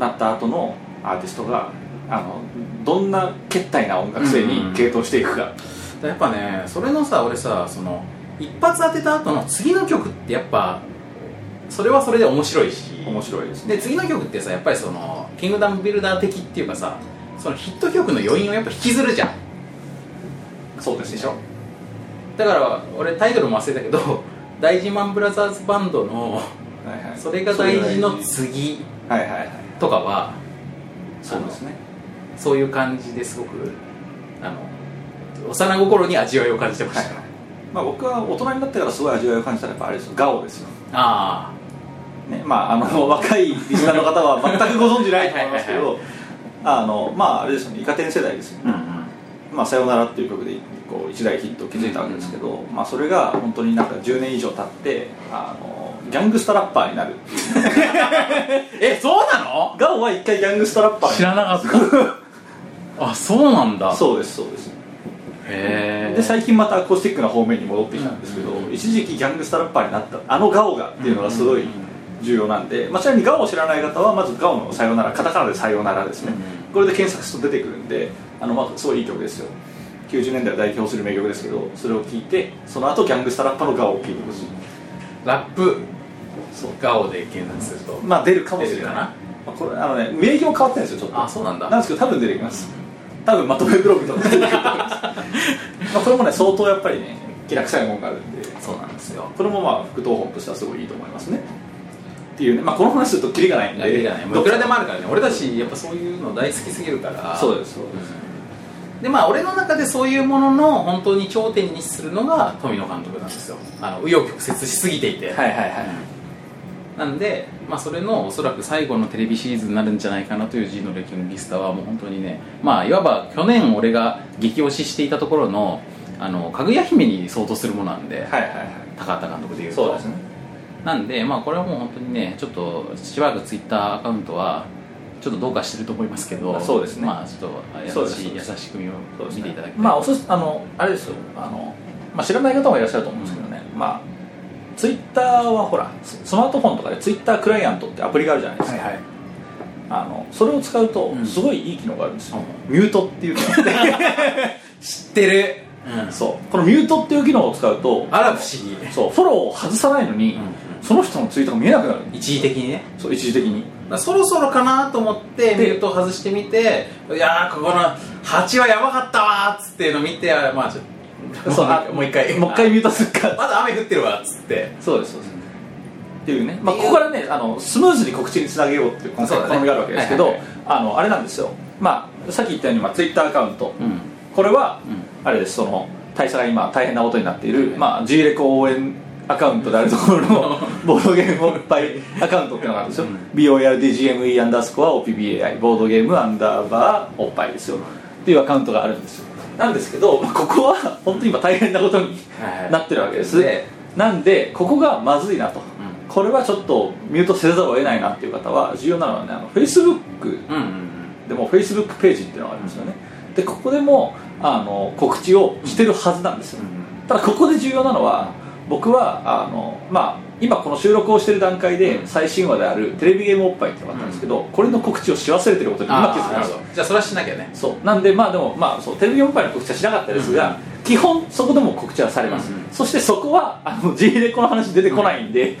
Speaker 3: なった後のアーティストがあのどんなけったいな音楽性に傾倒していくか、
Speaker 2: うんやっぱねそれのさ俺さその一発当てた後の次の曲ってやっぱそれはそれで面白いし
Speaker 3: 面白いですね
Speaker 2: で次の曲ってさやっぱりその「キングダムビルダー」的っていうかさそのヒット曲の余韻をやっぱ引きずるじゃん
Speaker 3: そうです
Speaker 2: でしょだから俺タイトルも忘れたけど 大事マンブラザーズバンドの
Speaker 3: はい
Speaker 2: 「
Speaker 3: はい
Speaker 2: それが大事」の次
Speaker 3: はいはいはい
Speaker 2: とかは
Speaker 3: そうですね
Speaker 2: そういう感じですごくあの幼心に味わいを感じてま
Speaker 3: は
Speaker 2: し
Speaker 3: い
Speaker 2: た、
Speaker 3: はいまあ僕は大人になってからすごい味わいを感じたのはやっぱあれですよガオですよ
Speaker 2: あ
Speaker 3: ねまあ、あの 若いリスナーの方は全くご存知ないと思いますけ
Speaker 2: はいは
Speaker 3: どあのまああれですよねイカ天世代ですよ
Speaker 2: あうん
Speaker 3: ね「まあ、さよなら」っていう曲でこう一大ヒットを築いたわけですけど、まあ、それが本当になんか10年以上経ってあのギャングスタラッパーになる
Speaker 2: えそうなの
Speaker 3: ガオは一回ギャングスタラッパーに
Speaker 2: 知らなか ったあそうなんだ
Speaker 3: そうですそうです
Speaker 2: へえ
Speaker 3: で最近またアコースティックな方面に戻ってきたんですけど、
Speaker 2: うんうん
Speaker 3: 一時期ギャングスタラッパーになったあのガオがっていうのがす
Speaker 2: う
Speaker 3: ごい
Speaker 2: んうんうん
Speaker 3: 重要なんで、まあ、ちなみにガオを知らない方はまずガオの「さよなら」カタカナで「さよなら」ですね、
Speaker 2: うん
Speaker 3: これで検索すると出てくるんであのまあすごいいい曲ですよ90年代を代表する名曲ですけどそれを聴いてその後ギャングスタラッパーのガオを聴いてほしい
Speaker 2: ラップ
Speaker 3: そう
Speaker 2: 顔で検索すると
Speaker 3: まあ出るかもしれ
Speaker 2: 出
Speaker 3: な
Speaker 2: る
Speaker 3: い
Speaker 2: かな
Speaker 3: まあ、これあのね名義も変わってるんですよちょっと
Speaker 2: あそうなんだ
Speaker 3: なんですけど多分出てきます多分まとめブログとか出てくると思います まあこれもね相当やっぱりね気楽さいもんがあるんで
Speaker 2: そうなんですよ
Speaker 3: これもまあ副東本としてはすごいいいと思いますねっていうね、まあ、この話するとキリがないん
Speaker 2: い
Speaker 3: で
Speaker 2: やいやいやいくらでもあ
Speaker 3: る
Speaker 2: るからね俺たちやっぱそういうの大好きすぎるから
Speaker 3: そうですそうです、
Speaker 2: うんでまあ俺の中でそういうものの本当に頂点に位置するのが富野監督なんですよあの紆余曲折しすぎていて、
Speaker 3: はいはいはい
Speaker 2: なんで、まあ、それのおそらく最後のテレビシリーズになるんじゃないかなという G の歴のリスタはもう本当にねまあいわば去年俺が激推ししていたところのあのかぐや姫に相当するものなんで、
Speaker 3: はいはいはい
Speaker 2: 高畑監督でいうと
Speaker 3: そうですね
Speaker 2: なんで、まあ、これはもう本当にね、ちょっとしばらくツイッターアカウントは、ちょっとどうかしてると思いますけど、
Speaker 3: そうですね
Speaker 2: まあ、ちょっとあ優
Speaker 3: そうで
Speaker 2: し
Speaker 3: す
Speaker 2: い、優しく見よう見ていただきたい。
Speaker 3: まあおすすあのあれですよあの、まあ、知らない方もいらっしゃると思うんですけどね、まあツイッターはほらススマートフォンとかでツイッタークライアントってアプリがあるじゃないですか、
Speaker 2: はい。
Speaker 3: あのそれを使うと
Speaker 2: うん
Speaker 3: すごいいい機能があるんですよ、
Speaker 2: う
Speaker 3: ミュートっていう機能 があっ
Speaker 2: 知ってる、うん
Speaker 3: てそうこのミュートっていう機能を使うと
Speaker 2: あら不思議。
Speaker 3: そうフォローを外さないのに、
Speaker 2: うんうん
Speaker 3: その人のツイートが見えなくなる
Speaker 2: 一時的にね。
Speaker 3: そう一時的
Speaker 2: だ
Speaker 3: に
Speaker 2: からそろそろかなと思って、ミ
Speaker 3: で
Speaker 2: ュートを外してみて、いやー、ここの8はやばかったわーっつっていうの見て、あまあ、ちょっと
Speaker 3: そうあ
Speaker 2: もう一回、
Speaker 3: もう一回
Speaker 2: あ
Speaker 3: ミュートするか
Speaker 2: まだ雨降ってるわーっつって。
Speaker 3: そうですそうですっていうね、まあ、
Speaker 2: って
Speaker 3: こ
Speaker 2: いう
Speaker 3: こからねあのスムーズに告知につなげようっていう今
Speaker 2: そ
Speaker 3: 回
Speaker 2: うだね
Speaker 3: 好みがあるわけですけど、
Speaker 2: はいはい
Speaker 3: あのあれなんですよまあさっき言ったように、まあ、ツイッターアカウント、
Speaker 2: うん。
Speaker 3: これは、
Speaker 2: う
Speaker 3: あれですその大佐が今大変なことになっている、
Speaker 2: はい
Speaker 3: まあ、G レコ応援アカウントであるところ のボードゲームおっぱいアカウントっていうのがあるんですよ、
Speaker 2: うん
Speaker 3: BORDGME アンダースコア OPBAI ボードゲームアンダーバーおっぱいですよっていうアカウントがあるんですよなんですけどまあここは本当に今大変なことに
Speaker 2: はい
Speaker 3: なってるわけです、
Speaker 2: で
Speaker 3: なんでここがまずいなと、
Speaker 2: ん
Speaker 3: これはちょっとミュートせざるを得ないなっていう方は重要なのはねあの Facebook
Speaker 2: うんうんうん。
Speaker 3: でも Facebook ページっていうのがありますよねでここでもあの告知をしてるはずなんですよただここで重要なのは僕はあのまあ今この収録をしてる段階で最新話であるテレビゲームおっぱいっていうのがあったんですけどこれの告知をし忘れてることに今
Speaker 2: あ
Speaker 3: 気
Speaker 2: ー
Speaker 3: づき
Speaker 2: な
Speaker 3: ま
Speaker 2: る
Speaker 3: し
Speaker 2: ほ
Speaker 3: た
Speaker 2: どじゃあそれはしなきゃね
Speaker 3: そうなんでまあでもまあそうテレビゲームおっぱいの告知はしなかったですが、基本そこでも告知はされます、
Speaker 2: うんうん
Speaker 3: そしてそこはあの G レコの話出てこないんで、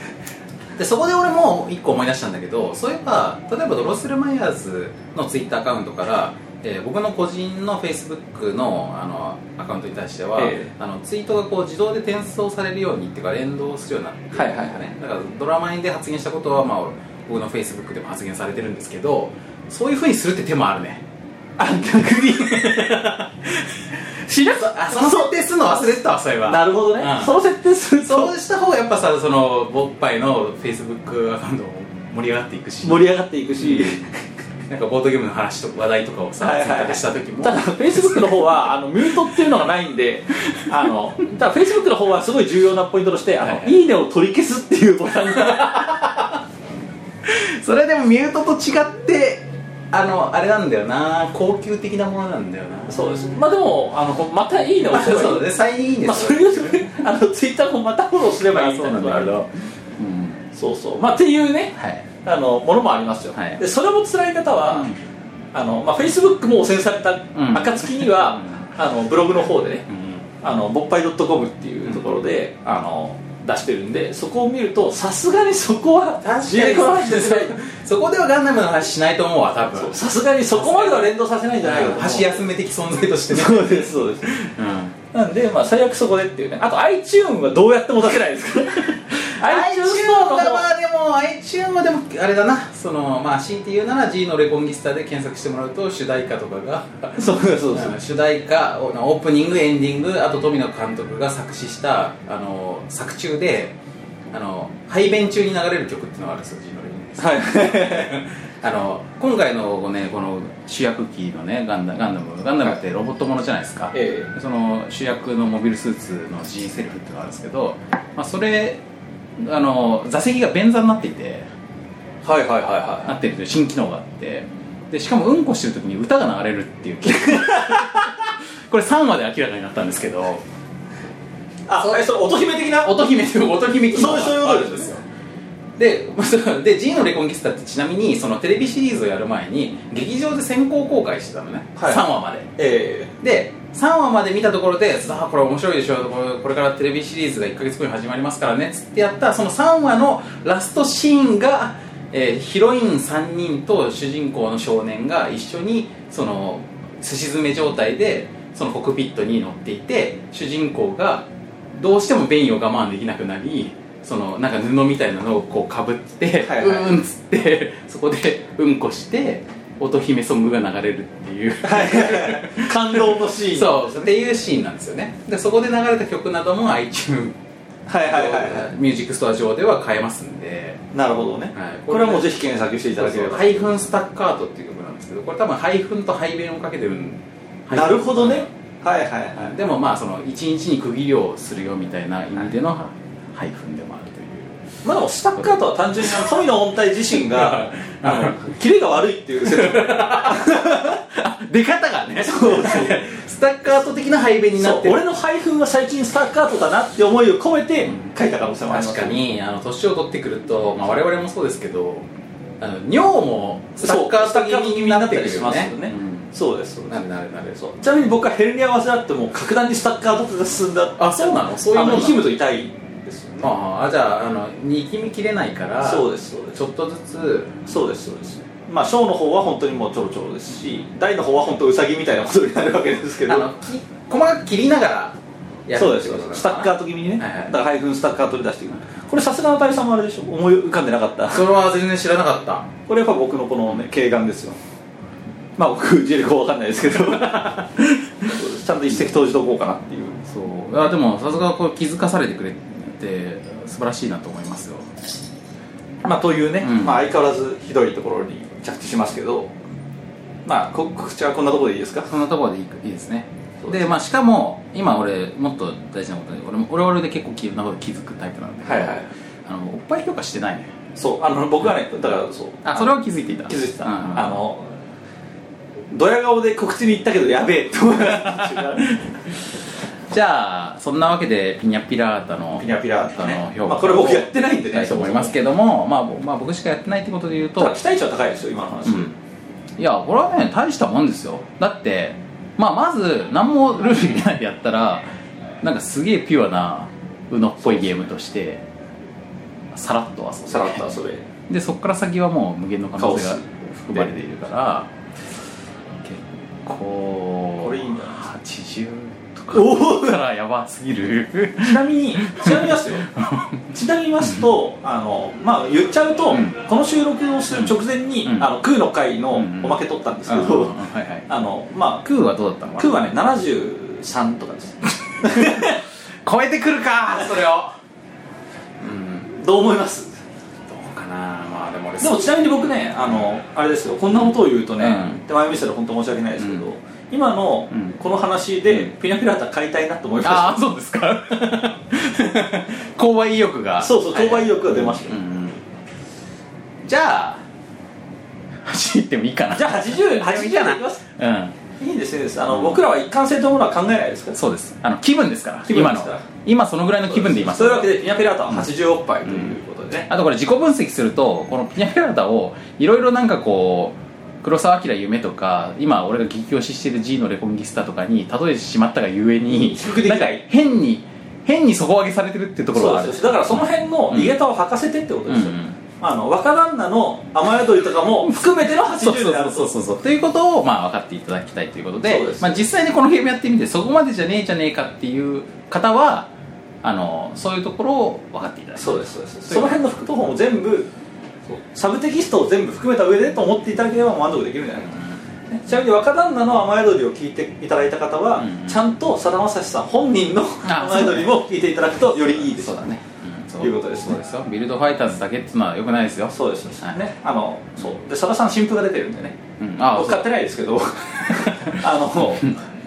Speaker 2: でそこで俺も一個思い出したんだけどそういえば例えばドロッセルマイヤーズのツイッターアカウントから、えー僕の個人のフェイスブックのあのアカウントに対しては、
Speaker 3: え
Speaker 2: あのツイートがこう自動で転送されるようにっていうか連動するようになってるんですよね
Speaker 3: はいはいはい
Speaker 2: だからドラマインで発言したことは、まあ、僕のフェイスブックでも発言されてるんですけどそういうふうにするって手もあるね
Speaker 3: あ逆 に知らず
Speaker 2: あその設定するの忘れてたわそれは
Speaker 3: なるほどね、
Speaker 2: うん
Speaker 3: その設定すると
Speaker 2: そうした方がやっぱさそのボッパイのフェイスブックアカウントも盛り上がっていくし
Speaker 3: 盛り上がっていくし、
Speaker 2: なんかボードゲームの話と話題とかをさ、
Speaker 3: はいはい
Speaker 2: ツイッターでした時も
Speaker 3: ただ、Facebook の方はあのミュートっていうのがないんで、あのただ、Facebook の方はすごい重要なポイントとして、あの
Speaker 2: はい
Speaker 3: い
Speaker 2: はい
Speaker 3: い、ねを取り消すっていうボタンが、
Speaker 2: それでもミュートと違ってあのあれなんだよな高級的なものなんだよな
Speaker 3: そうですまあでもあのこうまたいいね
Speaker 2: あ
Speaker 3: 押せばいい
Speaker 2: そうね最近いいん
Speaker 3: ま
Speaker 2: で
Speaker 3: あ、
Speaker 2: す
Speaker 3: そ
Speaker 2: よ、
Speaker 3: れよりあのツイッターもまたフォローすればいいみたいなところある
Speaker 2: どうん
Speaker 3: そうそうまあっていうね
Speaker 2: はい
Speaker 3: あのものもありますよ、
Speaker 2: はい
Speaker 3: でそれも辛い方は、
Speaker 2: うん
Speaker 3: あのまあ、Facebook も汚染された
Speaker 2: ん
Speaker 3: 暁には、あのブログの方でね
Speaker 2: うん
Speaker 3: あの勃発 .com っていうところで、あの出してるんでそこを見るとさすがにそこは
Speaker 2: 確
Speaker 3: 入れ込ま
Speaker 2: か
Speaker 3: ない
Speaker 2: に
Speaker 3: でください
Speaker 2: そこではガンダムの話しないと思うわ多分
Speaker 3: そうさすがにそこまでは連動させないんじゃないかと思う
Speaker 2: 箸休め的存在としてね
Speaker 3: そうですそうです
Speaker 2: うん
Speaker 3: なんで、まあ、最悪そこでっていうねあと iTune はどうやっても出せない ですから
Speaker 2: iTunes
Speaker 3: iTune ストアの
Speaker 2: は
Speaker 3: 方
Speaker 2: まあでも iTunes はでもあれだなそのまあ C っていうなら G のレコンギスタで検索してもらうと主題歌とかが
Speaker 3: そうそうそうそう
Speaker 2: うん主題歌オープニングエンディングあと富野監督が作詞したあの作中であの排便中に流れる曲っていうのがあるんですよ G のレコンギスタ
Speaker 3: はい
Speaker 2: あの今回のねこの主役機のねガンダガンダムガンダムってロボットものじゃないですか、
Speaker 3: え
Speaker 2: その主役のモビルスーツの G セルフっていうのがあるんですけど、まあ、それあの座席が便座になっていて
Speaker 3: えはいはいはい
Speaker 2: な
Speaker 3: は
Speaker 2: ってるという新機能があってでしかもうんこしてる時に歌が流れるっていう これ3話で明らかになったんですけど
Speaker 3: いあえそれ乙姫的な
Speaker 2: 乙姫という乙姫機能が
Speaker 3: そうそういうこ
Speaker 2: あ
Speaker 3: と
Speaker 2: るんですよでまあそうで G のレコンギスタってちなみにそのテレビシリーズをやる前に劇場で先行公開してたのね、
Speaker 3: はい
Speaker 2: 3話まで
Speaker 3: え
Speaker 2: で3話まで見たところで「さあこれ面白いでしょこれこれからテレビシリーズが1か月後に始まりますからね」っつってやったその3話のラストシーンが、えーヒロイン3人と主人公の少年が一緒にそのすし詰め状態でそのコックピットに乗っていて主人公がどうしても便意を我慢できなくなりそのなんか布みたいなのをこうかぶって、
Speaker 3: はいはいう
Speaker 2: ーんっつってそこでうんこして乙姫ソングが流れるっていう。
Speaker 3: え感動のシーン
Speaker 2: そうっていうシーンなんですよねでそこで流れた曲なども iTunes
Speaker 3: はいはいはいは
Speaker 2: ミュージックストア上では買えますんで、
Speaker 3: いなるほどね
Speaker 2: はい
Speaker 3: これはもうぜひ検索していただければ
Speaker 2: ハイフンスタッカートっていう曲なんですけどこれ多分ハイフンと排便をかけてるん
Speaker 3: なるほどねはいはいは
Speaker 2: はいでもまあその1日に区切りをするよみたいな意味でのハイフンでもあるという
Speaker 3: いまあでもスタッカーとは単純にあの富野音体自 身があのキレが悪いっていう説明
Speaker 2: 出方がね スタッカート的な排便になってる
Speaker 3: 俺の配分は最近スタッカートだなって思いを込めて書いた可能性もあります
Speaker 2: 確かにあの年を取ってくると、まあ、我々もそうですけどあの尿もスタッカー
Speaker 3: そう
Speaker 2: 先になってくる
Speaker 3: スタ
Speaker 2: よ
Speaker 3: ッカー気味に
Speaker 2: ね
Speaker 3: なったりしますよねそうですそう
Speaker 2: うん
Speaker 3: で
Speaker 2: な
Speaker 3: す
Speaker 2: るなるなる
Speaker 3: そうちなみに僕はヘルニア患っても格段にスタッカーとかが進んだ
Speaker 2: あそうなのそういうもんな
Speaker 3: あ
Speaker 2: の
Speaker 3: のヒムと痛いですよね
Speaker 2: あああじゃああの力みきれないから
Speaker 3: そうですそうです
Speaker 2: ちょっとずつ
Speaker 3: そうですそうですまあ小の方は本当にもうちょろちょろですし大の方は本当ウサギみたいなことになるわけですけ
Speaker 2: あ
Speaker 3: ど
Speaker 2: のき細かく切りながらやる
Speaker 3: そう
Speaker 2: っ
Speaker 3: で
Speaker 2: て
Speaker 3: す
Speaker 2: こ
Speaker 3: そう
Speaker 2: となのか
Speaker 3: で
Speaker 2: な
Speaker 3: すスタッカート気味にね、
Speaker 2: はいはい
Speaker 3: だから配分スタッカートで出していくこれさすがの大さんもあれでしょ思い浮かんでなかった
Speaker 2: それは全然知らなかった
Speaker 3: これやっぱ僕のこのね軽眼ですよまあ僕ジェリコわかんないですけ どそうですちゃんと一石投じとこうかなっていう
Speaker 2: そうあでもさすがこう気づかされてくれて素晴らしいなと思いますよ
Speaker 3: まあというね、
Speaker 2: うん
Speaker 3: まあ相変わらずひどいところに着地しますけどまあこ告知はこんなところでいいですか
Speaker 2: そんなところでいいいいですね
Speaker 3: そうです
Speaker 2: でまあしかも今俺もっと大事なことで俺も俺は俺で結構いろんなこと気づくタイプなんで、
Speaker 3: はいはい
Speaker 2: あのおっぱい評価してないね
Speaker 3: そうあの僕はねだからそう
Speaker 2: あそれは気づいていた
Speaker 3: 気づいてた、
Speaker 2: うんうん
Speaker 3: あのドヤ顔で告知に行ったけどやべえって思いました
Speaker 2: じゃあそんなわけでピニャピラータの
Speaker 3: ピニャピラータ
Speaker 2: あ
Speaker 3: ね
Speaker 2: の評価
Speaker 3: まあこれ僕やってないんで
Speaker 2: し
Speaker 3: ね
Speaker 2: たいと思いますけども、まあ、ぼまあ僕しかやってないってことで言う
Speaker 3: ただ
Speaker 2: と
Speaker 3: 期待値は高いですよ今の話、
Speaker 2: うんいやこれはね大したもんですよだって、まあ、まず何もルール入れないでやったらなんかすげえピュアな UNO っぽいゲームとしてさらっと遊んで
Speaker 3: さらっとそれ
Speaker 2: でそこから先はもう無限の可能性が含まれているから結構
Speaker 3: これいいんじゃない
Speaker 2: 80と
Speaker 3: お
Speaker 2: かからやばすぎる
Speaker 3: ちなみにちなみにます よちなみにますとあのまあ言っちゃうと、
Speaker 2: うん
Speaker 3: この収録をする直前に、
Speaker 2: うん
Speaker 3: あの空の会の
Speaker 2: う
Speaker 3: お
Speaker 2: んうん
Speaker 3: まけ取ったん です
Speaker 2: あ
Speaker 3: け
Speaker 2: の
Speaker 3: ど、
Speaker 2: はいはい
Speaker 3: あのま
Speaker 2: クーはどうだったの
Speaker 3: あ空はね73とかです
Speaker 2: 超えてくるかそれをうん
Speaker 3: どう思います
Speaker 2: どうかなまあでも俺
Speaker 3: でもちなみに僕ねあのあれですよこんなことを言うとね、
Speaker 2: うん
Speaker 3: で前見せたら本当申し訳ないですけど、
Speaker 2: うん
Speaker 3: 今の
Speaker 2: うん
Speaker 3: この話で、
Speaker 2: うん
Speaker 3: ピナピラータ買いたいなと思いました、
Speaker 2: ああそうですか 購買意欲が
Speaker 3: そうそう購買意欲が出ました
Speaker 2: うんうんじゃあ走ってもいいかな
Speaker 3: じゃあ80 80じゃないきます
Speaker 2: う
Speaker 3: いいですいいですあの、僕らは一貫性というものは考えないですか
Speaker 2: ん
Speaker 3: ら
Speaker 2: そうですあの気分ですから
Speaker 3: 気分
Speaker 2: 今
Speaker 3: で
Speaker 2: の
Speaker 3: すから
Speaker 2: 今そのぐらいの気分でいます
Speaker 3: そういうわけでピニャペラータは80億杯ということでね、
Speaker 2: あとこれ自己分析するとこのピニャペラータをいろいろなんかこう黒澤明夢とか今俺が激推ししてる G のレコンギスタとかに例えてしまったがゆえに
Speaker 3: 比較できない
Speaker 2: んか変に変に底上げされてるっていうところ
Speaker 3: そう
Speaker 2: は
Speaker 3: で
Speaker 2: あ
Speaker 3: す
Speaker 2: る
Speaker 3: よだからその辺の井桁を吐かせてってこと
Speaker 2: う
Speaker 3: で
Speaker 2: ん
Speaker 3: すよ、まあ、あの若旦那の雨宿りとかも含めての
Speaker 2: そうそ
Speaker 3: 80
Speaker 2: う
Speaker 3: である
Speaker 2: そう
Speaker 3: と
Speaker 2: そうそうということをまあ分かっていただきたいということで
Speaker 3: そうです
Speaker 2: まあ、実際にこのゲームやってみてそこまでじゃねえじゃねえかっていう方はあのそういうところを分かっていただきたい
Speaker 3: そうですそうですその辺の副投本を全部そうサブテキストを全部含めた上でと思っていただければ満足できるんじゃないかな、ねちなみに若旦那の雨宿りを聞いていただいた方は、
Speaker 2: うんうん
Speaker 3: ちゃんとさだまさしさん本人の
Speaker 2: あ
Speaker 3: 雨宿りも聞いていただくとよりいいです
Speaker 2: そうだね、うん、そ
Speaker 3: いうことですね
Speaker 2: そうですよビルドファイターズだけっていうのはよくないですよ
Speaker 3: そうですそうです
Speaker 2: はい
Speaker 3: ねあのそうでさださん新譜が出てるんでね
Speaker 2: うん、あ
Speaker 3: 僕買ってないです けどあの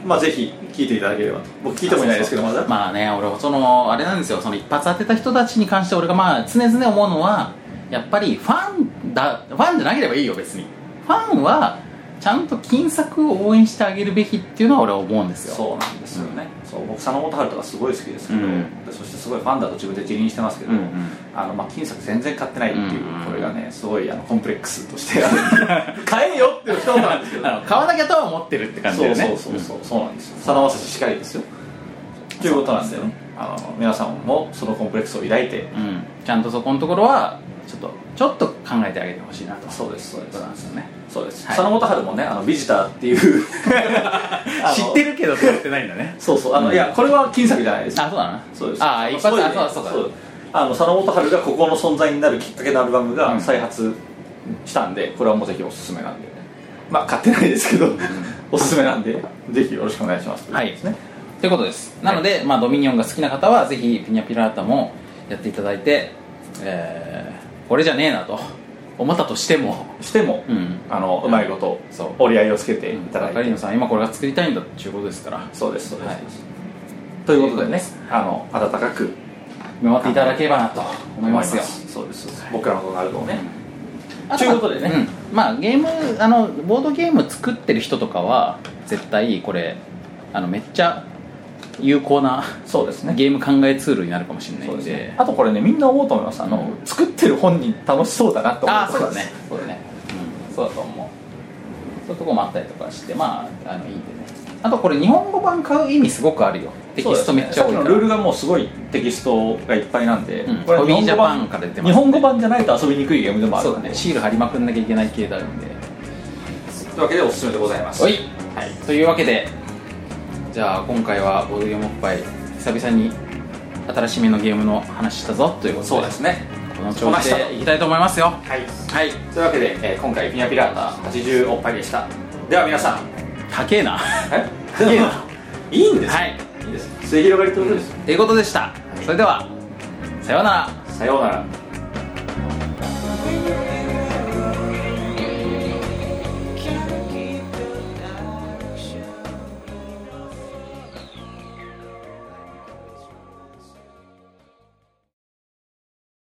Speaker 3: まあぜひ聞いていただければと僕聞いてもいないですけどまだ
Speaker 2: まあね俺そのあれなんですよその一発当てた人たちに関して俺がまあ常々思うのはやっぱりファンだファンじゃなければいいよ別にファンはちゃんと金作を応援してあげるべきっていうのは俺は思うんですよ
Speaker 3: そうなんですよね、そう僕佐野元春とかすごい好きですけど、
Speaker 2: うん
Speaker 3: でそしてすごいファンだと自分で辞任してますけど、
Speaker 2: うんうん
Speaker 3: あのまあ、金作全然買ってないっていう、
Speaker 2: うんうん
Speaker 3: これがねすごいあのコンプレックスとしてあ る買えよっていう一言なんですけど
Speaker 2: あの買わなきゃとは思ってるって感じだ
Speaker 3: そ
Speaker 2: よ
Speaker 3: う
Speaker 2: ね
Speaker 3: そうそうそう、そうなんですよ佐野正史しかりですよということなんでねあの皆さんもそのコンプレックスを抱いて
Speaker 2: うん、うんちゃんとそこのところはちょっとちょっと考えてあげてほしいなと
Speaker 3: そうですそう
Speaker 2: う
Speaker 3: で
Speaker 2: こと
Speaker 3: す
Speaker 2: なんですよね
Speaker 3: そうです、
Speaker 2: はい
Speaker 3: 佐野元春もねあのビジターっていう あの
Speaker 2: 知ってるけど買ってないんだね
Speaker 3: そうそうあの、いやこれは金作じゃないです
Speaker 2: あそうだな
Speaker 3: そうです
Speaker 2: ああ一発あそうだそうだ
Speaker 3: あの佐野元春がここの存在になるきっかけのアルバム
Speaker 2: う
Speaker 3: が
Speaker 2: ん
Speaker 3: 再発したんで、これはもうぜひおすすめなんでまあ買ってないですけど、 おすすめなんでぜひよろしくお願いします
Speaker 2: はい
Speaker 3: ですね
Speaker 2: ということですなので、まあ、ドミニオンが好きな方はぜひピニャピラータもやっていただいて、えーこれじゃねえなと思ったとしても
Speaker 3: しても、
Speaker 2: うん
Speaker 3: あのうまいこと
Speaker 2: そう
Speaker 3: 折り合いをつけていただいて、
Speaker 2: カリーノさん今これが作りたいんだっていうことですから
Speaker 3: そうですそうです、
Speaker 2: はい
Speaker 3: ということでね
Speaker 2: という
Speaker 3: あの温かく
Speaker 2: 見守っていただければなと思いますよ
Speaker 3: そうですそうです僕らのことがあるとね、
Speaker 2: あ
Speaker 3: ということでね
Speaker 2: うんまあゲームあのボードゲーム作ってる人とかは絶対これあのめっちゃ有効な
Speaker 3: そうですね
Speaker 2: ゲーム考えツールになるかもしれない
Speaker 3: そ
Speaker 2: ん
Speaker 3: う
Speaker 2: で
Speaker 3: ですねあとこれねみんな思うと思いますあの、
Speaker 2: う
Speaker 3: 作ってる本人楽しそうだなと思
Speaker 2: ああ
Speaker 3: い
Speaker 2: そう
Speaker 3: ま
Speaker 2: だ
Speaker 3: す
Speaker 2: ねそうだね、うん、そうだと思うそういうとこもあったりとかしてまああのいいんでねあとこれ日本語版買う意味すごくあるよテキストめっちゃ多いか
Speaker 3: さっき
Speaker 2: ら
Speaker 3: のルールがもうすごいテキストがいっぱいなんで、
Speaker 2: うん
Speaker 3: これは
Speaker 2: ホビー
Speaker 3: 日
Speaker 2: ジャ
Speaker 3: 本語
Speaker 2: パ
Speaker 3: 版
Speaker 2: ンから出てますね
Speaker 3: 日本語版じゃないと遊びにくいゲームでもある
Speaker 2: そうだねシール貼りまくんなきゃいけない系であるんで
Speaker 3: というわけでおすすめでございます
Speaker 2: おい、はい、というわけでじゃあ今回はボードゲームおっぱい久々に新しめのゲームの話したぞということで
Speaker 3: そうですね
Speaker 2: この調子でいきたいと思いますよ
Speaker 3: はい
Speaker 2: はい
Speaker 3: というわけで、えー今回ピニャピラータ80おっぱいでしたでは皆さん
Speaker 2: 高えな
Speaker 3: え
Speaker 2: いいの
Speaker 3: いいんです、
Speaker 2: はい
Speaker 3: い、いです末広がりってことです、
Speaker 2: ということでしたそれではさようなら
Speaker 3: さようなら